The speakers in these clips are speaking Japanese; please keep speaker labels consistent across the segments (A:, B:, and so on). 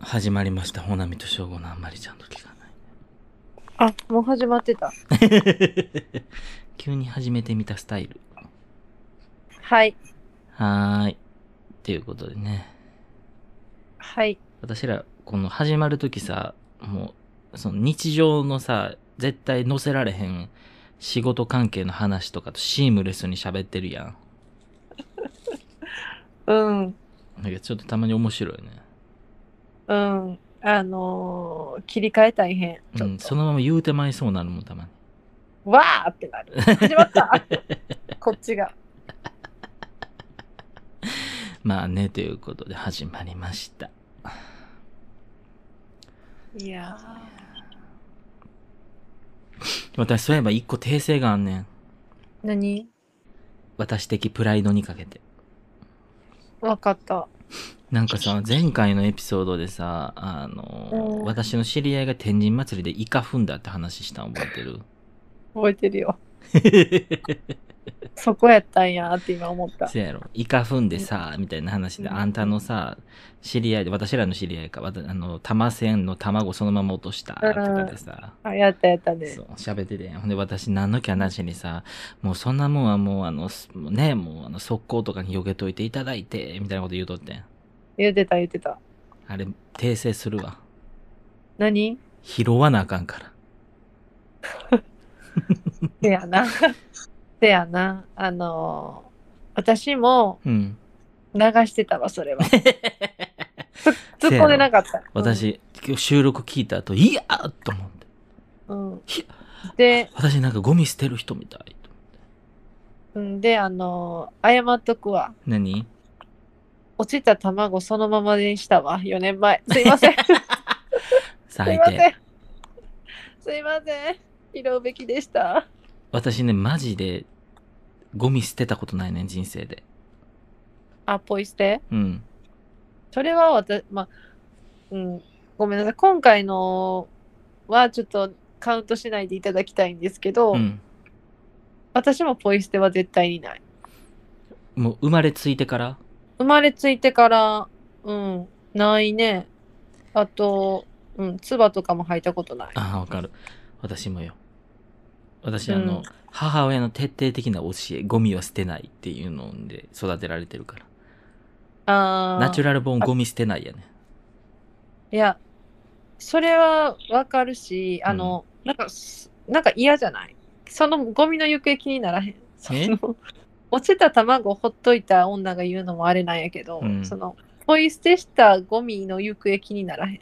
A: 始まりました。ほなみとしょうごのあんまりちゃんと聞かない。
B: あ、もう始まってた。
A: 急に始めてみたスタイル。
B: はい。
A: はーい。っていうことでね。
B: はい。
A: 私ら、この始まるときさ、もう、その日常のさ、絶対載せられへん仕事関係の話とかとシームレスに喋ってるやん。
B: うん。
A: なんかちょっとたまに面白いよね。
B: うん。あのー、切り替え大変。ち
A: う
B: ょっ
A: ん、
B: と
A: そのまま言うてまいそうなるもんたまに。
B: わーってなる。始まった こっちが。
A: まあね、ということで始まりました。
B: いや
A: 私、そういえば一個訂正があんねん。
B: ー。何
A: 私的プライドにかけて。
B: わかった。
A: なんかさ、前回のエピソードでさ、あの、
B: うん
A: 私の知り合いが天神祭りでイカ踏んだって話したん覚
B: 覚えてるよ。
A: え てる
B: そこやったんやって今思った。
A: せやろ。イカ踏んでさ、みたいな話で、
B: うん
A: あんたのさ、知り合いで、私らの知り合いか、わたあの、玉線の卵そのまま落とした、とかでさ、
B: あ、やったやったね
A: そ。う、喋ってて。ほんで、私、何の気はなしにさ、もうそんなもんはもう、あの、すもうね、もう、あの、速攻とかに避けといていただいて、みたいなこと言うとってん。
B: 言ってた言ってた。
A: あれ、訂正するわ。
B: 何
A: 拾わなあかんから。
B: せ やな。せやな。あのー、私も
A: うん。
B: 流してたわ、それは。突っ込んでなかった。
A: 私、今日収録聞いた後、いやーと思って。
B: うん。うん
A: ひ
B: で、
A: 私なんかゴミ捨てる人みたいと。
B: うんで、あのー謝っとくわ。
A: 何
B: 落ちた卵そのままにしたわ。4年前。すい ません。すい
A: 最
B: ませ
A: 低。
B: ん。すいません。拾うべきでした。
A: 私ね、マジで、ゴミ捨てたことないねん、人生で。
B: あ、ポイ捨て。
A: うん。
B: それは私、まあ、うん、ごめんなさい。今回のはちょっとカウントしないでいただきたいんですけど、
A: うん。
B: 私もポイ捨ては絶対にない。
A: もう生まれついてから
B: 生まれついてから、うん、ないね。あと、うん、唾とかも吐いたことない。
A: ああ、わかる。私もよ。私、
B: うん
A: あの、母親の徹底的な教え、ゴミは捨てないっていうので育てられてるから。
B: あー
A: ナチュラルボーンゴミ捨てないやね。
B: いや、それはわかるし、あの、なんかす、なんか嫌じゃないそのゴミの行方気にならへん。そ
A: え
B: の落ちた卵をほっといた女が言うのもあれなんやけど、
A: うん
B: その、ポイ捨てしたゴミの行方気にならへん。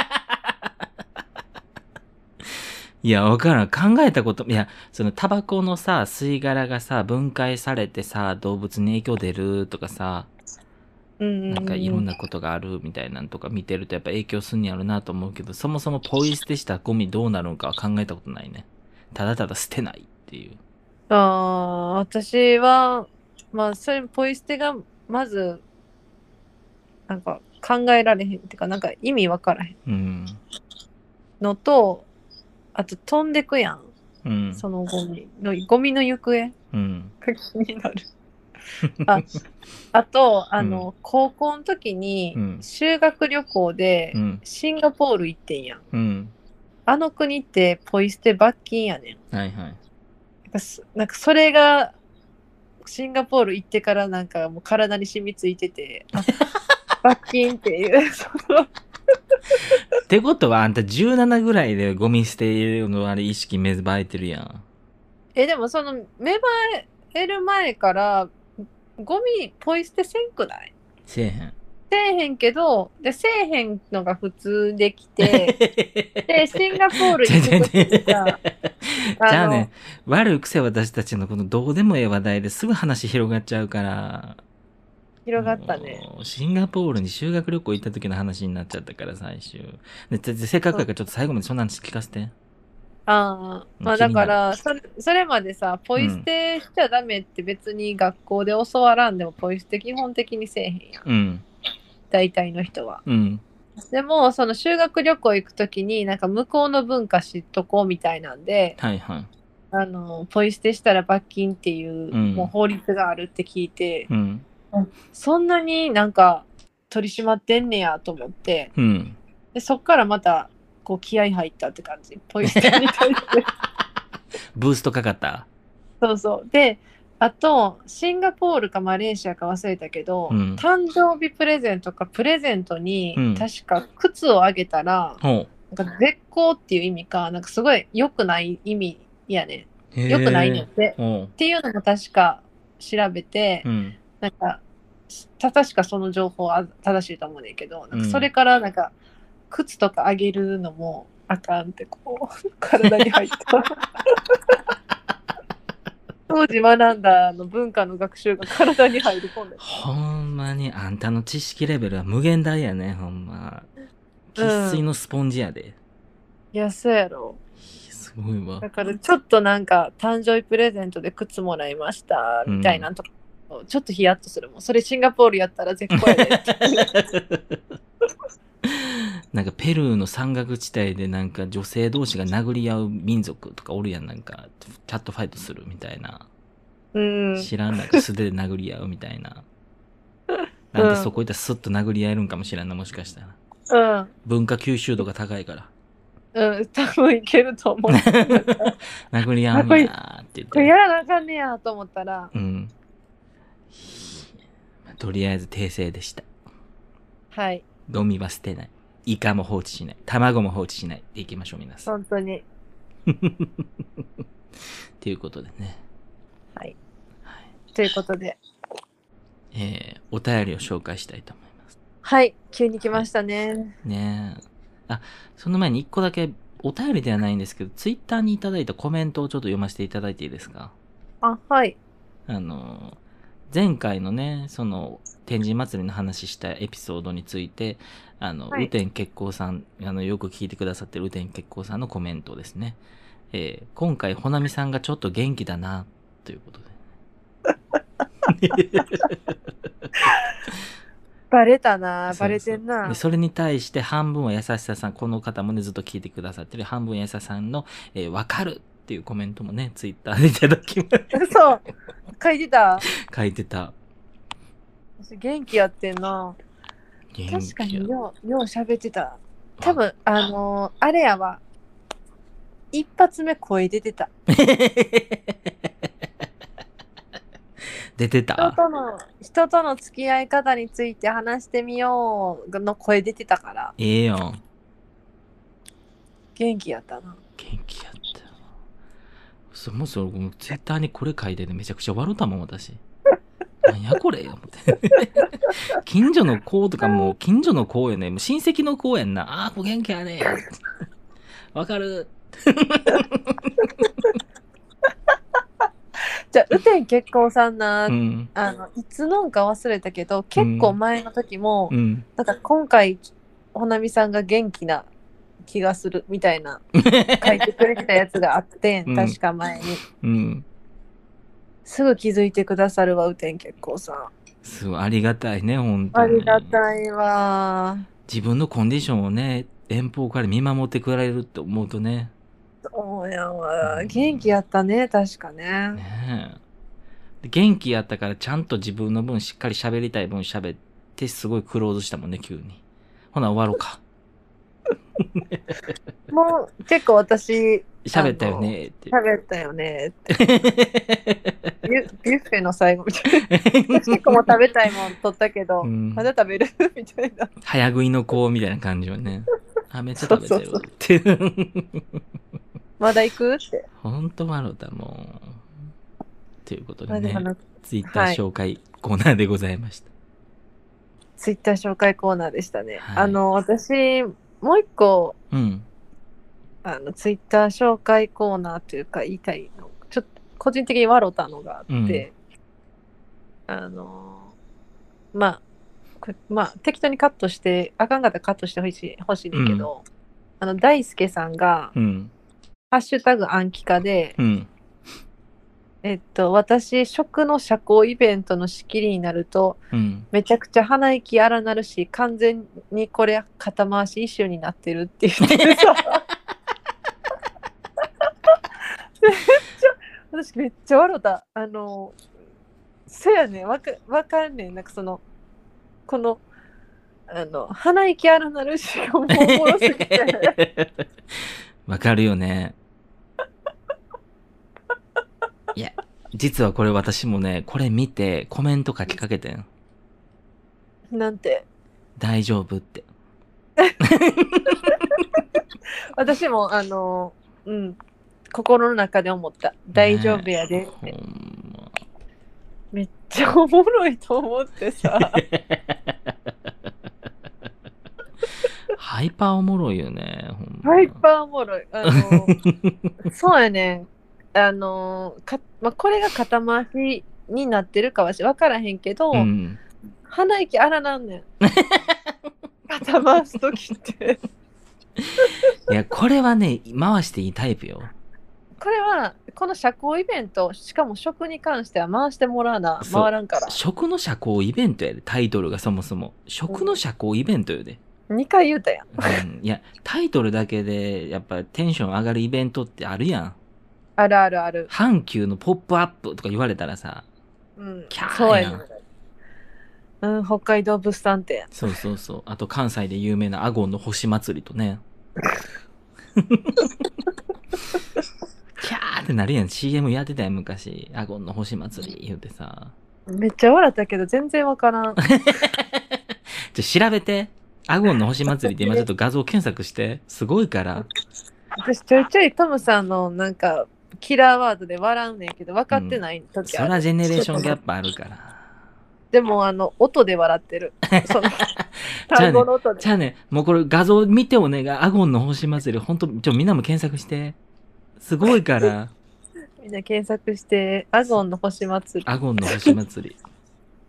A: いや、わからん。考えたこと、いや、そのタバコのさ、吸い殻がさ、分解されてさ、動物に影響出るとかさ、
B: うんうん、
A: なんかいろん。なことがあるみたいなのとか見てるとやっぱ影響するんやろなと思うけど、そもそもポイ捨てしたゴミどうなるんかは考えたことないね。ただただ捨てないっていう。
B: ああ、私は、まあ、それ、ポイ捨てが、まず、なんか、考えられへんっていうか、なんか意味わからへん
A: うん。
B: のと、あと、飛んでくやん。
A: うん。
B: そのゴミのゴミの行方
A: うん。
B: が気になる。あ あとあの、高校の時に
A: うん
B: 修学旅行で
A: うん。
B: シンガポール行ってんやん。
A: うん。
B: あの国ってポイ捨て罰金やねん。
A: はいはい。
B: なんかすなんかそれがシンガポール行ってからなんかもう体に染みついてて あ罰金って いうその
A: ってことはあんた17ぐらいでゴミ捨てるのあれ意識芽生えてるやん。
B: えでもその芽生える前からゴミポイ捨てせんくない
A: せえへん。
B: せえへんけどでせえへんのが普通できて でシンガポール行く時にさ
A: じゃあね、悪い癖私たちのこのどうでもええ話題ですぐ話広がっちゃうから。
B: 広がったね。
A: もうシンガポールに修学旅行行った時の話になっちゃったから、最終。でせせっかくだからちょっと最後までそんな話聞かせて。
B: ああまあ
A: 気
B: だ
A: にな
B: か
A: る
B: らそれそれまでさポイ捨てしちゃダメって別に学校で教わらんでもポイ捨て基本的にせえへんやん
A: うん。
B: 大体の人は
A: うん。
B: でもその修学旅行行く時になんか向こうの文化知っとこうみたいなんで
A: はいはい。
B: あのポイ捨てしたら罰金っていう,、
A: うん
B: もう法律があるって聞いて、
A: うん。
B: そんなになんか取り締まってんねやと思って
A: うん。
B: でそっからまたこう気合入ったって感じポイ捨てに対して
A: ブーストかかった
B: そうそうであとシンガポールかマレーシアか忘れたけど、
A: うん
B: 誕生日プレゼントかプレゼントに、
A: うん
B: 確か靴をあげたら
A: ほ
B: なんか絶好っていう意味かなんかすごい良くない意味やね
A: う。
B: 良くないね
A: ね
B: んっ。て、っ
A: ほ
B: ていうのも確か調べて、
A: う。うん。
B: なんか正しかその情報は正しいと思うねんけどなん
A: う
B: か
A: ん
B: それからなんか、靴とかあげるのもあかんってこう 体に入った 当時学んだあの文化の学習が体に入り込ん で
A: ほんまにあんたの知識レベルは無限大やね、ほんま。生粋のスポンジやで。
B: いやそうやろ
A: すごいわ
B: だ。からちょっとなんか誕生日プレゼントで靴もらいましたみたいなんとか、ちょっとヒヤッとするもんそれシンガポールやったら絶好やでって
A: なんかペルーの山岳地帯でなんか女性同士が殴り合う民族とかおるやんなんかキャットファイトするみたいな
B: うん
A: 知らんなんか素手で殴り合うみたいななんかそこ行ったらスッと殴り合えるんかもしれんなもしかしたら
B: うん
A: 文化吸収度が高い から
B: うん多分いけると思う
A: 殴り合うんやーって言っ
B: これ
A: て
B: やらなあかんねやと思ったら
A: うんまあとりあえず訂正でした
B: はい
A: ゴミは捨てないイカも放置しない卵も放置しないでいきましょう皆さん
B: 本当に
A: っていうことでね、
B: はい
A: はい
B: ということで
A: えー、お便りを紹介したいと思います。
B: はい急に来ましたね
A: ねえ。あ、その前に一個だけお便りではないんですけど、ツイッターにいただいたコメントをちょっと読ませていただいていいですか
B: あはい
A: あのー、前回のね、その、天神祭りの話したエピソードについて、あの、
B: はい
A: 雨天結光さん、あの、よく聞いてくださってる雨天結光さんのコメントですね。えー今回、ほなみさんがちょっと元気だな、という ことで。
B: バレたな
A: そう
B: バレてん
A: そう
B: な
A: でそれに対して半分は優しささん、この方もね、ずっと聞いてくださってる半分は優しささんの、えーわかるっていうコメントもね、ツイッターでいただきま、
B: そう書いてた
A: 書いてた。
B: 私元気やってんな確かに
A: 元気や
B: ようよう喋ってた多分あのーあれやわ一発目声出てた
A: 出て
B: 人
A: た
B: との人との付き合い方について話してみようの声出てたから
A: ええよ。
B: 元気やったな
A: 元気やったよ。そもうそもツイッターにこれ書いててめちゃくちゃ笑うたもん、私。 なんやこれ思って。 近所の子とかもう近所の子やね。もう親戚の子やんな。ああー、こ元気やね。 わかる。
B: じゃあ雨天結婚さんな、
A: うん。
B: あのいつのんか忘れたけど結構前の時も、
A: うん。
B: なんか今回ほなみさんが元気な気がするみたい な書いてくれてたやつがあって
A: うん
B: ん確か前に、
A: うん。
B: すぐ気づいてくださるわ雨天結婚さん
A: すごいありがたいね、本当
B: あ
A: に。
B: りがたいわ
A: 自分のコンディションをね、遠方から見守ってくれるって思うとね。
B: そうやわ元気やったね確かね
A: ねえで元気やったからちゃんと自分の分しっかり喋りたい分喋ってすごいクローズしたもんね急にほな終わろうか
B: もう結構私
A: 喋ったよねって
B: 喋ったよねって ビュビュッフェの最後みたいな結構もう食べたいもん取ったけど、
A: うん
B: まだ食べるみたいな
A: 早食いの子みたいな感じよ ねあめっちゃ食べたよ
B: そう
A: って
B: まだ行くって、
A: ほんと笑うたもんということで
B: まあで
A: ね
B: もなんか
A: ツイッター紹介コーナーでございました、
B: ツイッター紹介コーナーでしたね、
A: はい
B: あの私もう一個
A: うん
B: あのツイッター紹介コーナーというか言いたいのちょっと個人的に笑ったのがあって、あのまあこれまあ適当にカットしてあかんかったらカットしてほしいほしいねんけど、あの大輔さんが
A: うん
B: 「ハッシュタグ暗記化で」
A: うん
B: えっと私食の社交イベントの仕切りになると
A: うん
B: めちゃくちゃ鼻息荒なるし完全にこれ肩回し一緒になってるって言ってるさめっちゃ私めっちゃ笑ったあのせやねんわかわかんねんなんかそのこのあの鼻息あるなるしかもうおもろすぎて
A: わかるよね。いや、実はこれ私もね、これ見てコメント書きかけてん。
B: なんて
A: 大丈夫って。
B: 私もあのうん心の中で思った大丈夫やで、
A: ほんま。
B: めっちゃおもろいと思ってさ
A: ハイパーおもろいよね。ほんま
B: ハイパーおもろいあの そうやねあのか、まあ、これが肩回しになってるかはし分からへんけど、
A: うん。
B: 鼻息荒な んねん肩回す時って
A: いや、これはね、回していいタイプよ。
B: これはこの社交イベントしかも食に関しては回してもらわな
A: そう
B: 回らんから
A: 食の社交イベントやで、タイトルがそもそも。食の社交イベントよで。
B: 2回言うたやん
A: うん、いや、タイトルだけで、やっぱテンション上がるイベントってあるやん。
B: あるあるある
A: 阪急のポップアップとか言われたらさ、
B: うん
A: キャー
B: そうや
A: や
B: ね
A: ん
B: うん北海道物産展
A: そうそうそう。あと関西で有名なアゴンの星祭りとね。キャーってなるやん。CM やってたやん、昔。アゴンの星祭り言うてさ。
B: めっちゃ笑ったけど全然わからん
A: じゃ、調べて。アゴンの星祭りって今ちょっと画像検索して。すごい から。
B: 私ちょいちょいトムさんのなんかキラーワードで笑うねんけど分かってない時
A: そ
B: ある、
A: らジェネレーションギャップあるから。
B: でもあの音で笑っ てるその
A: ゃあね
B: 単語の音で
A: じゃあね、もうこれ画像見てお願い。アゴンの星祭り、ほんと、ちょ、みんなも検索して。すごい から。
B: みんな検索して「アゴンの星祭り
A: アゴンの星祭り。」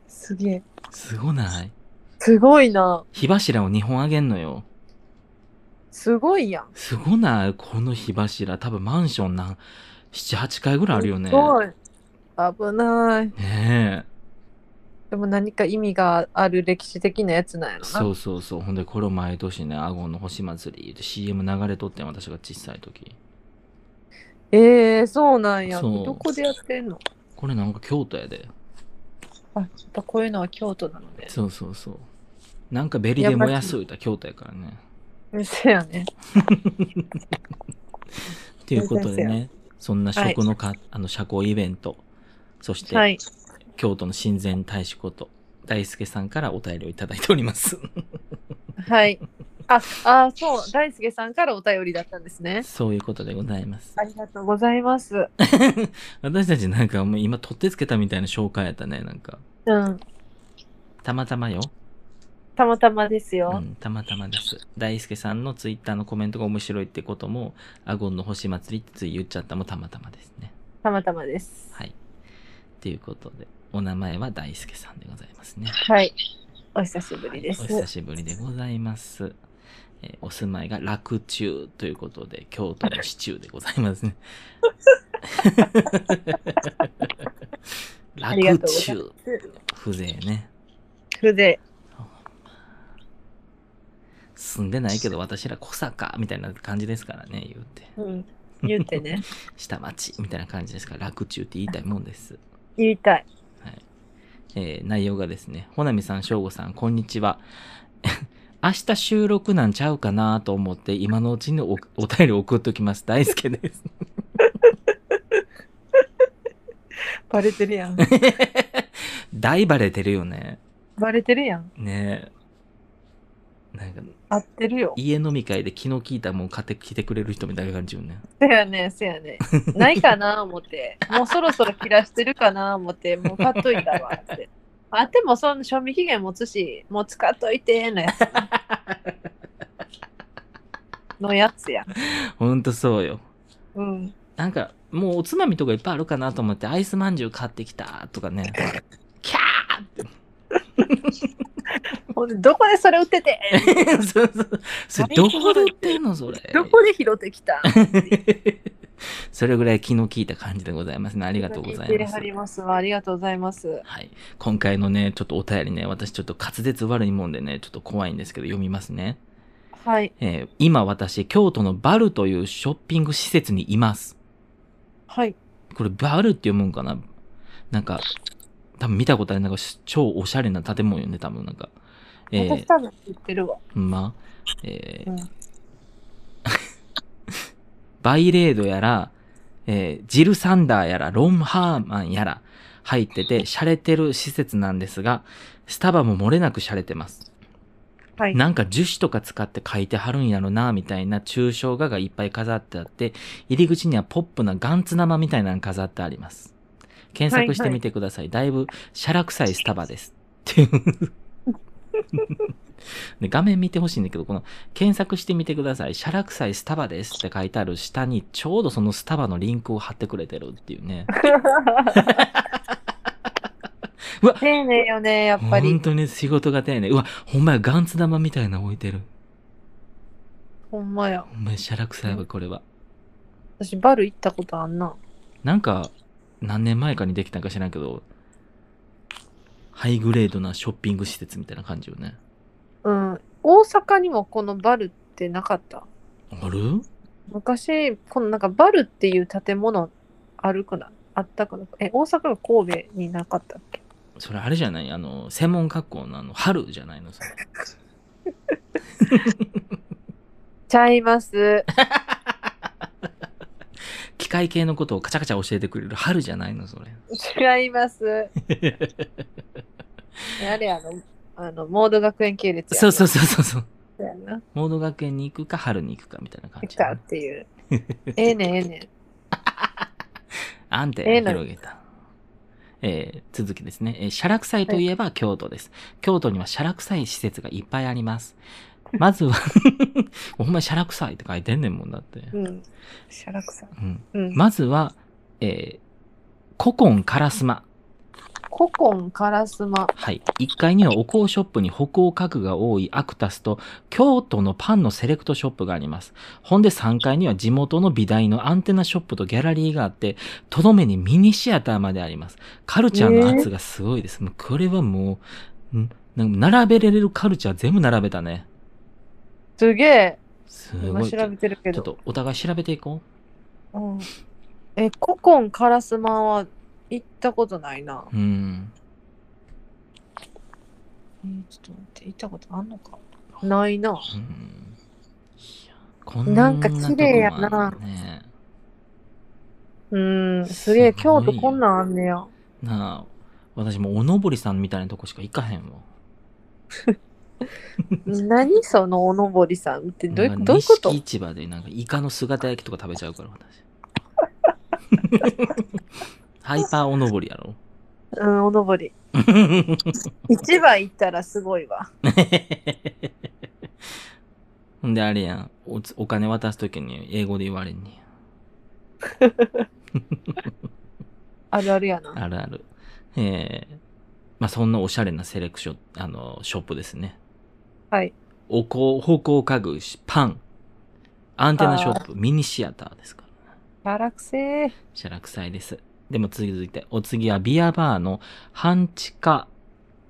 B: すげえ
A: すごない
B: すごいな
A: 火柱を2本あげんのよ。
B: すごいやん
A: すごないこの火柱。多分マンションなん、7、8階ぐらいあるよね。
B: すごい。危ない。
A: ねえ。
B: でも何か意味がある歴史的なやつなんやろな。
A: そうそうそう。ほんで、これを毎年ね、アゴンの星祭り言うて CM 流れとってん私が小さい時。
B: ええそうなんや。
A: そう
B: どこでやってんの
A: これなんか京都やで。
B: あ、やっぱこういうのは京都なのね。
A: そうそうそう。なんかベリで燃やす言うたら京都やからね。
B: 店やね。
A: ということで
B: そう
A: ね、そんな食のか、あの社交イベント、そして、
B: はい。
A: 京都の親善大使こと、大輔さんからお便りをいただいております。
B: はい。あ、あ、そう。大輔さんからお便りだったんです ね。
A: そういうことでございます。
B: ありがとうございます。
A: 私たちなんかもう今取ってつけたみたいな紹介やったね、なんか。
B: うん。
A: たまたまよ。
B: たまたまです
A: う
B: よ。
A: ん、たまたまです。大輔さんのツイッターのコメントが面白いってことも、アゴンの星祭りってつい言っちゃったもたまたまですね。
B: たまたまです。
A: はい。ということで、お名前は大輔さんでございますね。
B: はい。お久しぶりです
A: お。久しぶりでございます。えーお住まいが洛中ということで、京都の市中でございますね。
B: ありが
A: 洛
B: とうござい
A: 中、風情ね。
B: 風で、
A: 住んでないけど私ら小坂みたいな感じですからね、言うて。
B: うん。言うてね。
A: 下町みたいな感じですから、洛中って言いたいもんです。
B: 言いたい。
A: はい。えー内容がですね、ほなみさん、しょうごさん、こんにちは。 明日収録なんちゃうかなと思って、今のうちにおお便り送っときます。大輔です。
B: バレてるやん。
A: 大バレてるよね。
B: バレてるやん。
A: ねえ。なんか、
B: 合ってるよ。
A: 家飲み会で気の利いたもん買ってきてくれる人みたいな感じよね。
B: せやねせやねないかな思ってもうそろそろ切らしてるかな思ってもう買っといたわってあでもその賞味期限持つしもう使っといてのや つのやつや
A: ほんとそうよ。
B: うん
A: なんか、もうおつまみとかいっぱいあるかなと思って、アイスまんじゅう買ってきたとかね。 キャーって。
B: ほんでどこでそれ売ってて
A: そうそう。それどこで売ってんのそれ。
B: どこで拾ってきた
A: それぐらい気の利いた感じでございますね。ありがとうござい
B: 入れ
A: ま
B: は
A: す。
B: りますわありがとうございます
A: はい。今回のね、ちょっとお便りね、私ちょっと滑舌悪いもんでね、ちょっと怖いんですけど、読みますね。
B: はい
A: えー今私、京都のバルというショッピング施設にいます。
B: はい
A: これ、バルって読むんかななんか、多分見たことある、なんかし超おしゃれな建物よね、多分なんか。え
B: 私
A: ー、
B: 多分言ってるわ。
A: ほんまえー
B: うん
A: バイレードやら、えージルサンダーやら、ロンハーマンやら入ってて、洒落てる施設なんですが、スタバも漏れなく洒落てます。
B: はい。
A: なんか樹脂とか使って書いてはるんやろな、みたいな抽象画がいっぱい飾ってあって、入り口にはポップなガンツ生みたいなの飾ってあります。検索してみてください。だいぶ、シャラ臭いスタバです。っていう で画面見てほしいんだけど、この、検索してみてください。シャラ臭いスタバですって書いてある下に、ちょうどそのスタバのリンクを貼ってくれてるっていうね。うわ
B: 丁寧よね、やっぱ
A: 本
B: り。
A: 当に仕事が丁寧。うわ、ほんまや、ガンツ玉みたいなの置いてる。
B: ほんまや。
A: ほんまや、シャラ臭いわ、これは。
B: 私、バル行ったことあんな。
A: なんか、何年前かにできたんか知らんけど、ハイグレードなショッピング施設みたいな感じよね。
B: うん。大阪にもこのバルってなかった。
A: ある
B: 昔、このなんかバルっていう建物あるくないあったくないえ、大阪が神戸になかったっけ
A: それあれじゃないあの、専門学校のあの、春じゃないのそれ
B: ちゃいます。
A: 機械系のことをカチャカチャ教えてくれる春じゃないのそれ。
B: 違います。 あれあの、あの、モード学園系列やな
A: そうそうそうそうそう。
B: そうやな。
A: モード学園に行くか、春に行くかみたいな感
B: 来
A: じ。
B: たっていう。ええねんええねん。
A: アンテ
B: ええ
A: ナ
B: な
A: 広げた。えー続きですね。えー、シャラクサイといえば京都です。京都にはシャラクサイ施設がいっぱいあり ます。まずは、 お前シャラクサイって書いてんねんもんだって。
B: うん。しゃらくさん。
A: うん、
B: うん。
A: まずは、えー古今烏丸。
B: 古今カラスマ。
A: はい。1階にはお香ショップに歩行家具が多いアクタスと、京都のパンのセレクトショップがあります。ほんで3階には地元の美大のアンテナショップとギャラリーがあって、とどめにミニシアターまであります。カルチャーの圧がすごいです。もうこれはもう、んなんか並べれるカルチャー全部並べたね。
B: すげえ。
A: すご
B: 今
A: い。ち
B: 調べてるけ
A: ょっ
B: ど。
A: とお互い調べていこ
B: うん、え、古今カラスマは行ったことないな。
A: う。うん。
B: えーちょっと待って、行ったことあんのか。ないな。
A: うんいやこん
B: なんか綺麗や
A: と
B: な
A: こもあるね
B: うん、すげえ、
A: すご
B: 京
A: い
B: 都こんなんあんねや。
A: なあ、私もうおのぼりさんみたいなとこしか行かへんわ。
B: 何そのおのぼりさんってどういう
A: なんか
B: どういうこと
A: 錦市場でなんかイカの姿焼きとか食べちゃうから 私。ハイパーおのぼりやろ。
B: うん、おのぼり。市場行ったらすごいわ。
A: ほんであれやんおつ、お金渡すときに英語で言われんね
B: あるあるや
A: や
B: な。
A: あるある。えー、まあそんなおしゃれなセレクション、あの、ショップですね。
B: はい。
A: おこ、歩行家具、パン、アンテナショップ、ミニシアターですから。
B: ガラクセー。
A: しゃらくさいです。でも続いて、お次はビアバーの半地下。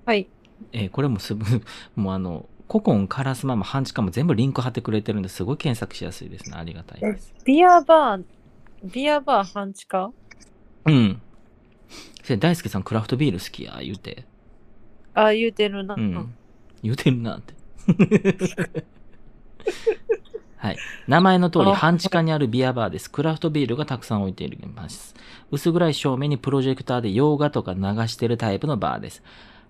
B: はい。
A: えーこれもすぶ、 もうあの、古今カラスマも半地下も全部リンク貼ってくれてるんですごい検索しやすいですね。ありがたいです。
B: ビアバー、ビアバー半地下
A: うん。それ大輔さんクラフトビール好きや、言うて。
B: あ、言うてるな。
A: うん。言うてるなって。 はい。名前の通り、
B: あ
A: 半地下にあるビアバーです。クラフトビールがたくさん置いています。薄暗い照明にプロジェクターで洋画とか流してるタイプのバーです。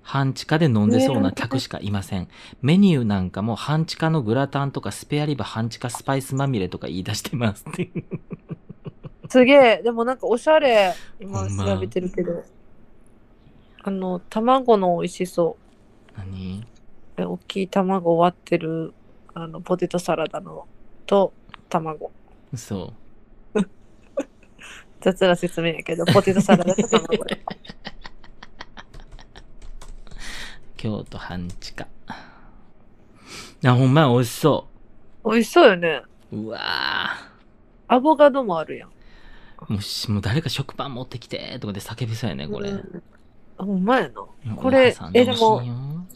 A: 半地下で飲んでそうな客しかいません。メニューなんかも半地下のグラタンとかスペアリブ半地下スパイスまみれとか言い出してます。
B: すげえ、でもなんかおしゃれ、今
A: ほんま
B: 調べてるけど。あの、卵の美味しそ
A: 何
B: う。大きい卵割ってる、あの、ポテトサラダの、と、卵。
A: 嘘。
B: 雑な説明や けど、ポテトサラダと卵。
A: 京都半地下。あ、ほんまや美味しそ
B: 美味しそうよね。
A: う。うわぁ。
B: アボカドもあるやん。
A: もうしもう誰か食パン持ってきてとかで叫びそうやね、これ。
B: うんあほんまやな。こ
A: お母
B: れ
A: さんで
B: えで
A: 美味
B: も
A: しいよ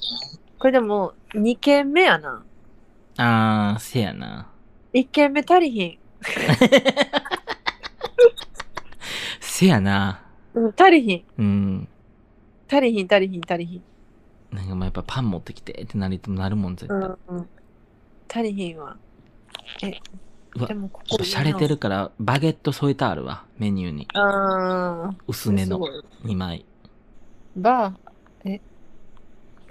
B: これでも、2軒目やな。
A: あー、せやな。
B: 1軒目足りひん。
A: せやな。
B: うん、足りひん。
A: うん。
B: 足りひん、足りひん、足りひん。
A: なんかまあやっぱパン持ってきてってなりなるもん絶
B: う
A: 対、
B: んうん。足りひんわ。え
A: うわ、
B: でもこ
A: ちょっ
B: こと
A: 洒落てる。からバゲット添えてあるわメニューに
B: ああ。
A: 薄めの
B: すごい
A: 2枚
B: バー、え、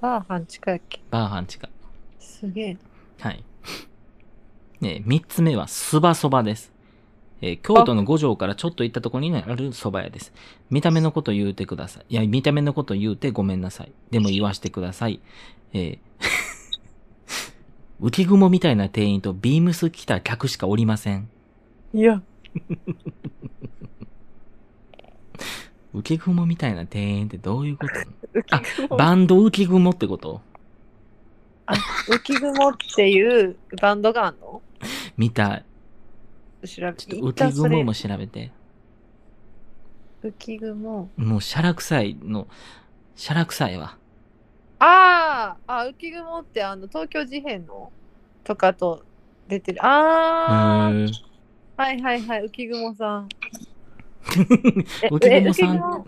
B: バーハン近いっけ
A: バーハンチが
B: すげえ。
A: はい。ねえ、3つ目は、すばそばです。えー京都の五条からちょっと行ったところにある蕎麦屋です。見た目のこと言うてください。いや、見た目のこと言うてごめんなさい。でも言わしてください。えー 浮雲みたいな店員とビームス来た客しかおりません。
B: いや、
A: 浮雲みたいな店員ってどういうこと
B: 浮
A: あ
B: 雲。
A: バンド浮雲ってこと
B: 浮雲っていうバンドがあんの
A: みたい。
B: 調べ
A: ちょ
B: 一
A: っと浮
B: 旦それ
A: 雲も調べて。
B: 浮雲。
A: もう、シャラ臭いの、シャラ臭いわ。
B: あーあ、浮雲ってあの東京事変のとかと出てる。ああ、
A: へー
B: はいはいはい、浮雲 さん。え
A: 浮雲さん
B: え浮雲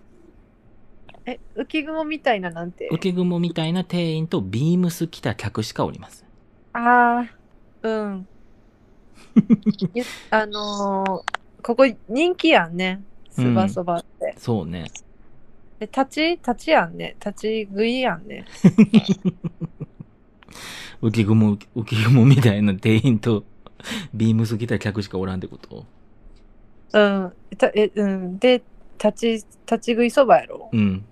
B: え、浮雲みたいななんて。
A: 受け雲みたいな店員とビームス来た客しかおります。
B: ああ、うん。 ゆあのーここ人気やんね。すばそばって。
A: そうね。
B: で、立ち、立ちやんね。立ち食いやんね。
A: 受け雲、受け雲みたいな店員と ビームス来た客しかおらんってこと
B: うん。たえうん、で、立ち、立ち食いそばやろ。
A: うん。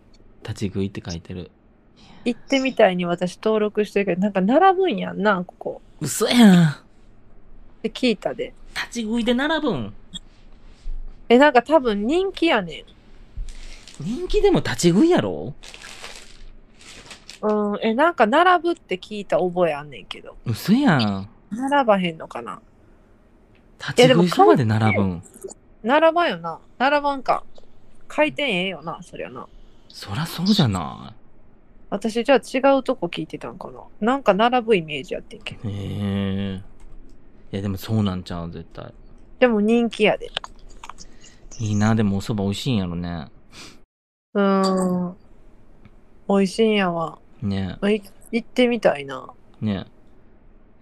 A: 立ち食いって書いてる。
B: 行ってみたいに私登録してるけど、なんか並ぶんやんな、ここ。
A: 嘘やん。
B: で、聞いたで。
A: 立ち食いで並ぶん。
B: え、なんか多分人気やねん。
A: 人気でも立ち食いやろ
B: うん、え、なんか並ぶって聞いた覚えあんねんけど。
A: 嘘やん。
B: 並ばへんのかな
A: 立ち食いそばで並ぶん。
B: 並ばんよな。並ばんか。回転ええよな、そりゃな。
A: そらそうじゃな
B: 私じゃあ違うとこ聞いてたんかな。なんか並ぶイメージやってんけど。
A: い。へえ。いやでもそうなんちゃう絶対。
B: でも人気やで。
A: いいな、でもお蕎麦美味しいんやろね。
B: うーん。美味しいんやわ。
A: ね
B: い行ってみたいな。
A: ね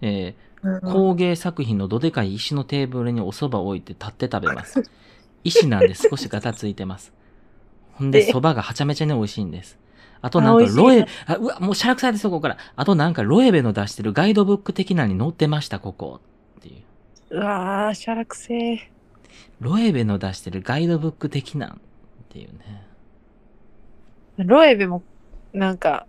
A: えー
B: うん
A: 工芸作品のどでかい石のテーブルにお蕎麦を置いて立って食べ ます。石なんで少しガタついてます。ほんで
B: え
A: 蕎麦がはちゃめちゃに美味しいんです。あとなん
B: あ美
A: か
B: 味しい
A: ロエ、あうわ、もうシャラ臭いです、ここから。あとなんかロエベの出してるガイドブック的なのに載ってました、ここ。っていう。
B: うわー、しゃらくせえ。
A: ロエベの出してるガイドブック的なんっていうね。
B: ロエベも、なんか、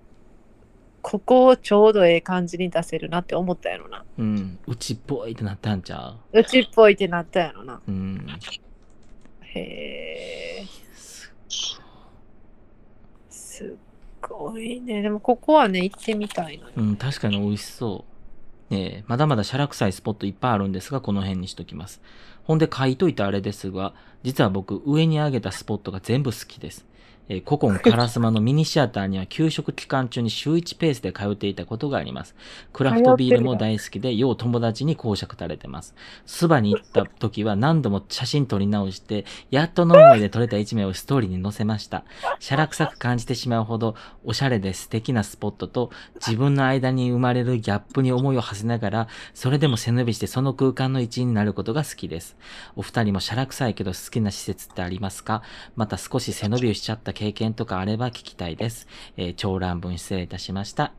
B: ここをちょうどええ感じに出せるなって思ったやろな。
A: うん。うちっぽいってなったんちゃ
B: うちっぽいってなったやろな。
A: ううん。
B: へえ、
A: す
B: すっごいね。でもここはね、行ってみたいのよ。
A: うん、確かに美味しそう。えーまだまだシャラ臭いスポットいっぱいあるんですが、この辺にしときます。ほんで書いといたあれですが、実は僕、上に上げたスポットが全部好きです。えー古今カラスマのミニシアターには給食期間中に週1ペースで通っていたことがあります。クラフトビールも大好きで、よう友達に講釈されてます。スバに行った時は何度も写真撮り直して、やっとの思いで撮れた一枚をストーリーに載せました。シャラ臭く感じてしまうほど、おしゃれで素敵なスポットと、自分の間に生まれるギャップに思いを馳せながら、それでも背伸びしてその空間の一員になることが好きです。お二人もシャラ臭いけど好きな施設ってありますかまた少し背伸びをしちゃった経験とかあれば聞きたいです。えー長乱文失礼いたしました。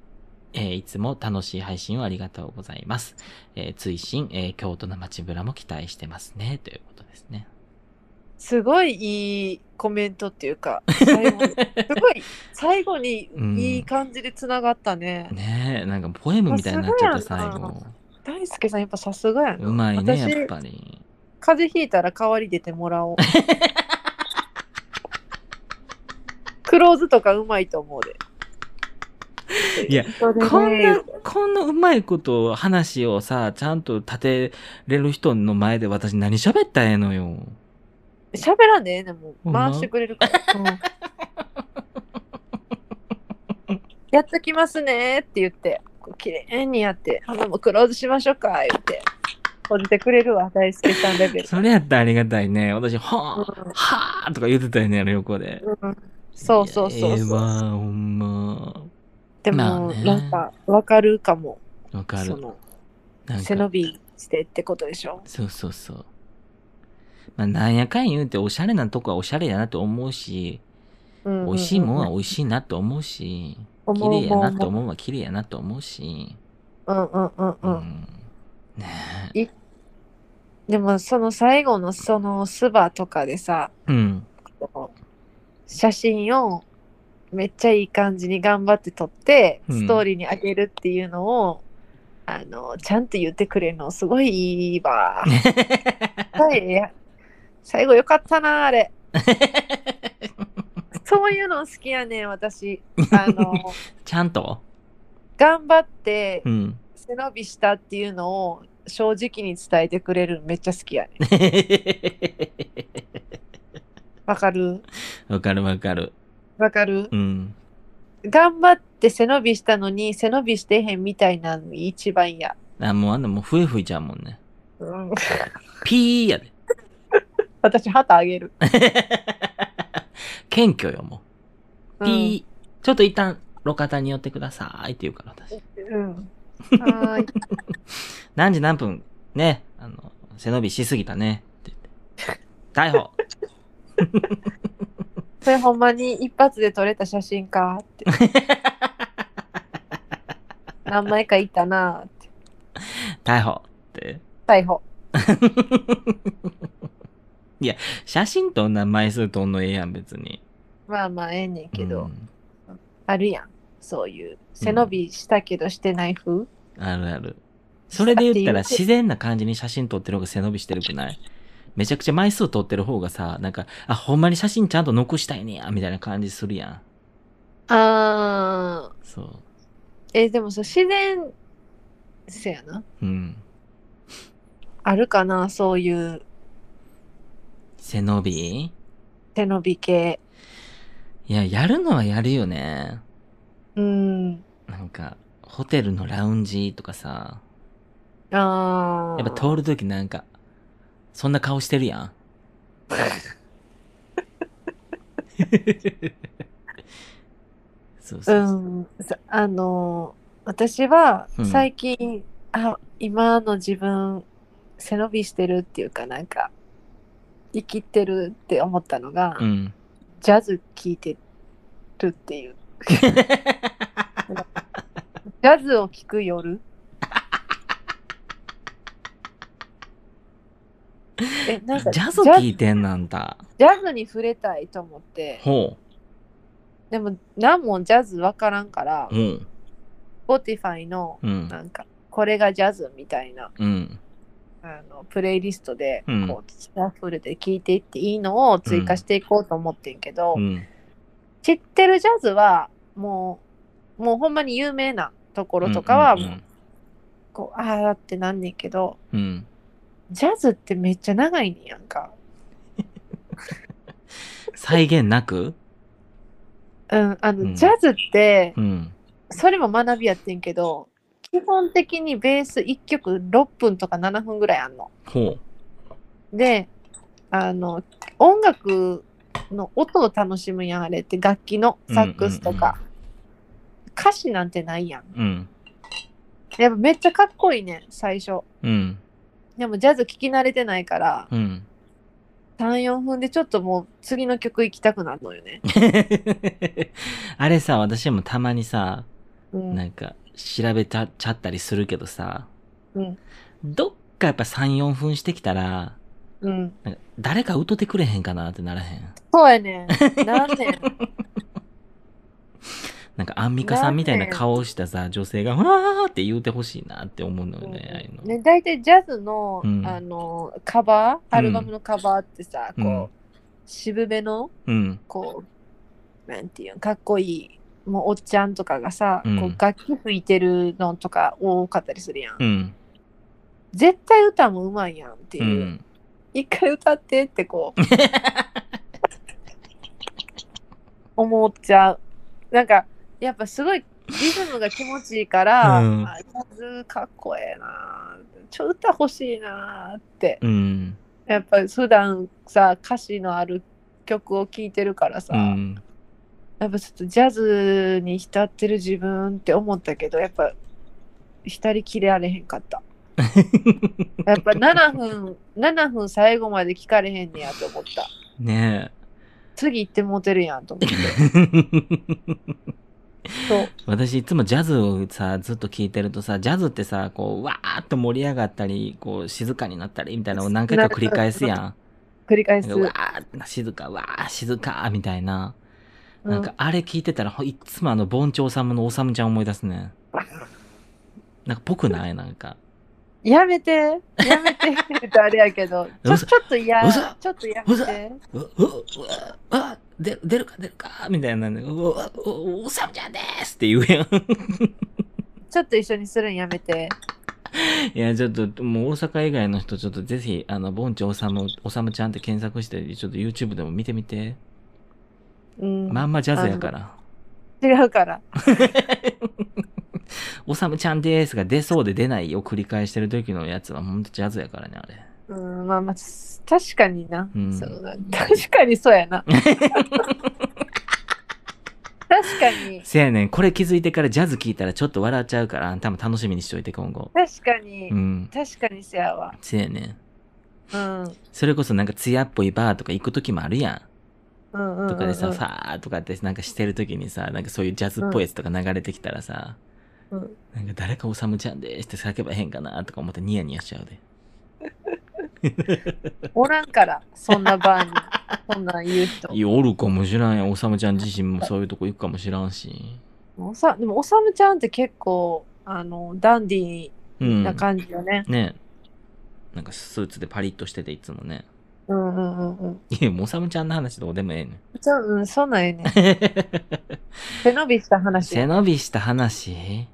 A: えーいつも楽しい配信をありがとうございます。えー追伸、えー京都の街ぶらも期待してますね。ということですね。
B: すごいいいコメントっていうか、最後すごい最後に
A: うん
B: いい感じでつながったね。
A: ねえ、なんかポエムみたいになっちゃった
B: さすが
A: 最
B: やな
A: 後。
B: 大輔さんやっぱさすがやな。
A: うまいね、
B: 私
A: やっぱり。
B: 風邪ひいたら代わり出て もらおう。クローズとかうまいと思うで。
A: いや
B: それね、
A: こんな、こんなうまいことを話をさ、ちゃんと立てれる人の前で私何喋ったらええのよ。
B: 喋らんでええねんも
A: ほ
B: うん
A: ま
B: 回してくれるから。うんやっときますねって言って、こう綺麗にやって、あもうクローズしましょうか言って、閉じてくれるわ、大輔さんレベ ル。
A: それやったらありがたいね。私、は
B: うん
A: ぁ、はぁとか言ってたよね、あの横で。
B: うんそうそうそう
A: いやええ
B: そう。
A: わ、ほんま。
B: で
A: まあ
B: も、
A: ね
B: なんかわかるかも。
A: わか
B: そ
A: る。
B: の
A: なん
B: 背
A: か
B: 伸びしてってことでしょ。
A: そうそうそう。まあ、なんやかん言うて、おしゃれなとこはおしゃれやなと思うし、
B: 美
A: 美味しいもんは美味しいなと思うし、綺麗やなと思うは綺麗やなと思うし、
B: うんうんうん
A: う
B: うん。
A: ん。ねえ。
B: でもその最後のそのスバとかでさ、
A: うん。
B: こう写真をめっちゃいい感じに頑張って撮って、
A: うん
B: ストーリーにあげるっていうのを、あの、ちゃんと言ってくれるのすごいいいわ。 はい。最後よかったな、あれ。そういうの好きやねん、私。あ の、
A: ちゃんと
B: 頑張って
A: うん。
B: 背伸びしたっていうのを正直に伝えてくれるのめっちゃ好きやねん。わかる
A: わかるわかる。
B: わかる
A: うん。
B: 頑張って背伸びしたのに背伸びしてへんみたいなの一番嫌。
A: あ、もうあんなもう笛吹いちゃうもんね。
B: うん、
A: ピーやで。
B: 私、旗あげる。
A: 謙虚よ、もう。
B: うん
A: ピー。ちょっと一旦、路肩に寄ってくださいって言うから、私。
B: うん。はーい。
A: 何時何分、ね、あの、背伸びしすぎたね。って言って。逮捕
B: それほんまに一発で撮れた写真 かって。何枚かいたなって。
A: 逮捕って。
B: 逮捕。
A: 写真と名前数とんのええやん、別に。
B: まあまあええねんけど、
A: うん
B: あるやん。そういう。背伸びしたけどしてない風、
A: あるある。それで言ったら
B: だって言
A: 自
B: うて
A: 然な感じに写真撮ってる方が背伸びしてるくないめちゃくちゃ枚数撮ってる方がさ、なんか、あ、ほんまに写真ちゃんと残したいねや、みたいな感じするやん。
B: あー。
A: そ
B: え、でもそう、自然、せやな。
A: う。うん。
B: あるかなそういう
A: 背伸び
B: 背伸び系。
A: いや、やるのはやるよね。
B: うん。
A: なんか、ホテルのラウンジとかさ、
B: ああ。
A: やっぱ通るときなんか、そんな顔してる やん。そうそう
B: う
A: そう。
B: ん、さあのー私は
A: うん
B: 最近、あ今の自分背伸びしてるっていうかなんか生きてるって思ったのが、
A: うん。
B: ジャズ聴いてるっていうジャズを聴 く夜えなんか
A: ジ
B: ジ
A: ャ
B: ャ
A: ズ
B: ズ
A: 聞いてんなんだ。
B: ジャズに触れたいと思って
A: ほ
B: でも何もジャズわからんから
A: う。うん。
B: Spotify の
A: うん。
B: なんかこれがジャズみたいな
A: うん。
B: あのプレイリストでこ
A: うん
B: うスタッフルで聴いていっていいのを追加していこうと思ってんけど、
A: うん。
B: 知ってるジャズはもうもうほんまに有名なところとかは
A: うん
B: もうこう、ああってなんねんけど
A: うんうん。
B: ジャズってめっちゃ長いねんやんか。
A: 再現なく
B: うん、あの、
A: うん
B: ジャズって
A: うん。
B: それも学びやってんけど基本的にベース1曲6分とか7分ぐらいあんの。
A: ほ
B: であの音楽の音を楽しむやんあれって楽器のサックスとか、歌詞なんてないやん
A: う。うん。
B: やっぱめっちゃかっこいいねん最初
A: うん。
B: でもジャズ聴き慣れてないから
A: うん。
B: 34分でちょっともう次の曲行きたくなるの よね、
A: あれさ、私もたまにさ、
B: うん
A: なんか、調べたちゃったりするけどさ、
B: うん
A: どっかやっぱ3、4分してきたら、
B: うん、
A: なんか誰か歌ってくれへんかなってならへん。
B: そうやねんなんねん
A: なんかアンミカさんみたいな
B: なるね
A: 顔したさ、女性が、わーって言うてほしいなって思うのよね、ああいうの。
B: ね、大体ジャズの,、
A: うん
B: あのカバーアルバムのカバーってさ、
A: うん
B: こう渋めの
A: うん。
B: こうなんていうんかっこいいもうおっちゃんとかがさ、
A: うん
B: こう楽器吹いてるのとか多かったりするやん、
A: うん。
B: 絶対歌もうまいやんっていうう、
A: ん。
B: 一回歌ってってこ う思っちゃうなんかやっぱすごいリズムが気持ちいいから、
A: うん
B: あジャズかっこええなちょ歌欲しいなって
A: うん。
B: やっぱり普段さ歌詞のある曲を聴いてるからさ、
A: うん。
B: やっぱちょっとジャズに浸ってる自分って思ったけどやっぱ浸りきれられへんかったやっぱ7分 7分最後まで聞かれへんねやと思った
A: ね
B: 次行ってモテるやんと思って
A: え
B: そう
A: 私いつもジャズをさずっと聴いてるとさジャズってさこうわーっと盛り上がったりこう静かになったりみたいなのを何回か繰り返すやん
B: 繰り返す
A: なんかわー静かわー静かみたいな
B: う
A: なんかあれ聞いてたらほいっつもあの盆長さんのおさむちゃん思い出すねなんかぽくないなんか
B: やめてやめてって言うとあれやけどち ょ
A: 嘘
B: ちょっと嫌
A: 嘘
B: ちょっとやめて
A: うううあ出る出るか出るかみたいなねうわうおさむちゃんですって言うやん
B: ちょっと一緒にするんやめて
A: いや、ちょっと、もう大阪以外の人、ちょっとぜひ、あの、ぼんちおさむ、おさむちゃんって検索して、ちょっと YouTube でも見てみて。
B: うん、
A: まんまジャズやから。
B: 違うから
A: おさむちゃんですが出そうで出ないを繰り返してる時のやつは、ほんとジャズやからね、あれ。
B: うんまあまあ確かにな、
A: うん
B: そうだ確かにそうやな確かに
A: せやねん、これ気づいてからジャズ聞いたらちょっと笑っちゃうから、あんたも楽しみにしといて、今後。
B: 確かに、
A: うん。
B: 確かにせやわ
A: せやねん。
B: うん
A: それこそなんか艶っぽいバーとか行く時もあるやん。
B: うんうんうんうん
A: とかでさ、ファーとかってなんかしてる時にさ、なんかそういうジャズっぽいやつとか流れてきたらさ、
B: うん
A: なんか誰かおさむちゃんでーすって叫ばへんかなとか思ってニヤニヤしちゃうで。
B: おらんからそんな バーにそんなん言う人
A: いや、おるかもしらんやん。おさむちゃん自身もそういうとこ行くかもしらんし。
B: おさでもおさむちゃんって結構あのダンディ
A: うん。
B: ーな感じよね、
A: ねなんかスーツでパリッとしてていつもね。
B: うん、うんうんうん
A: いや、もうおさむちゃんの話どうでもええねん。
B: そううんそうなん やね背伸びした話
A: 背伸びした話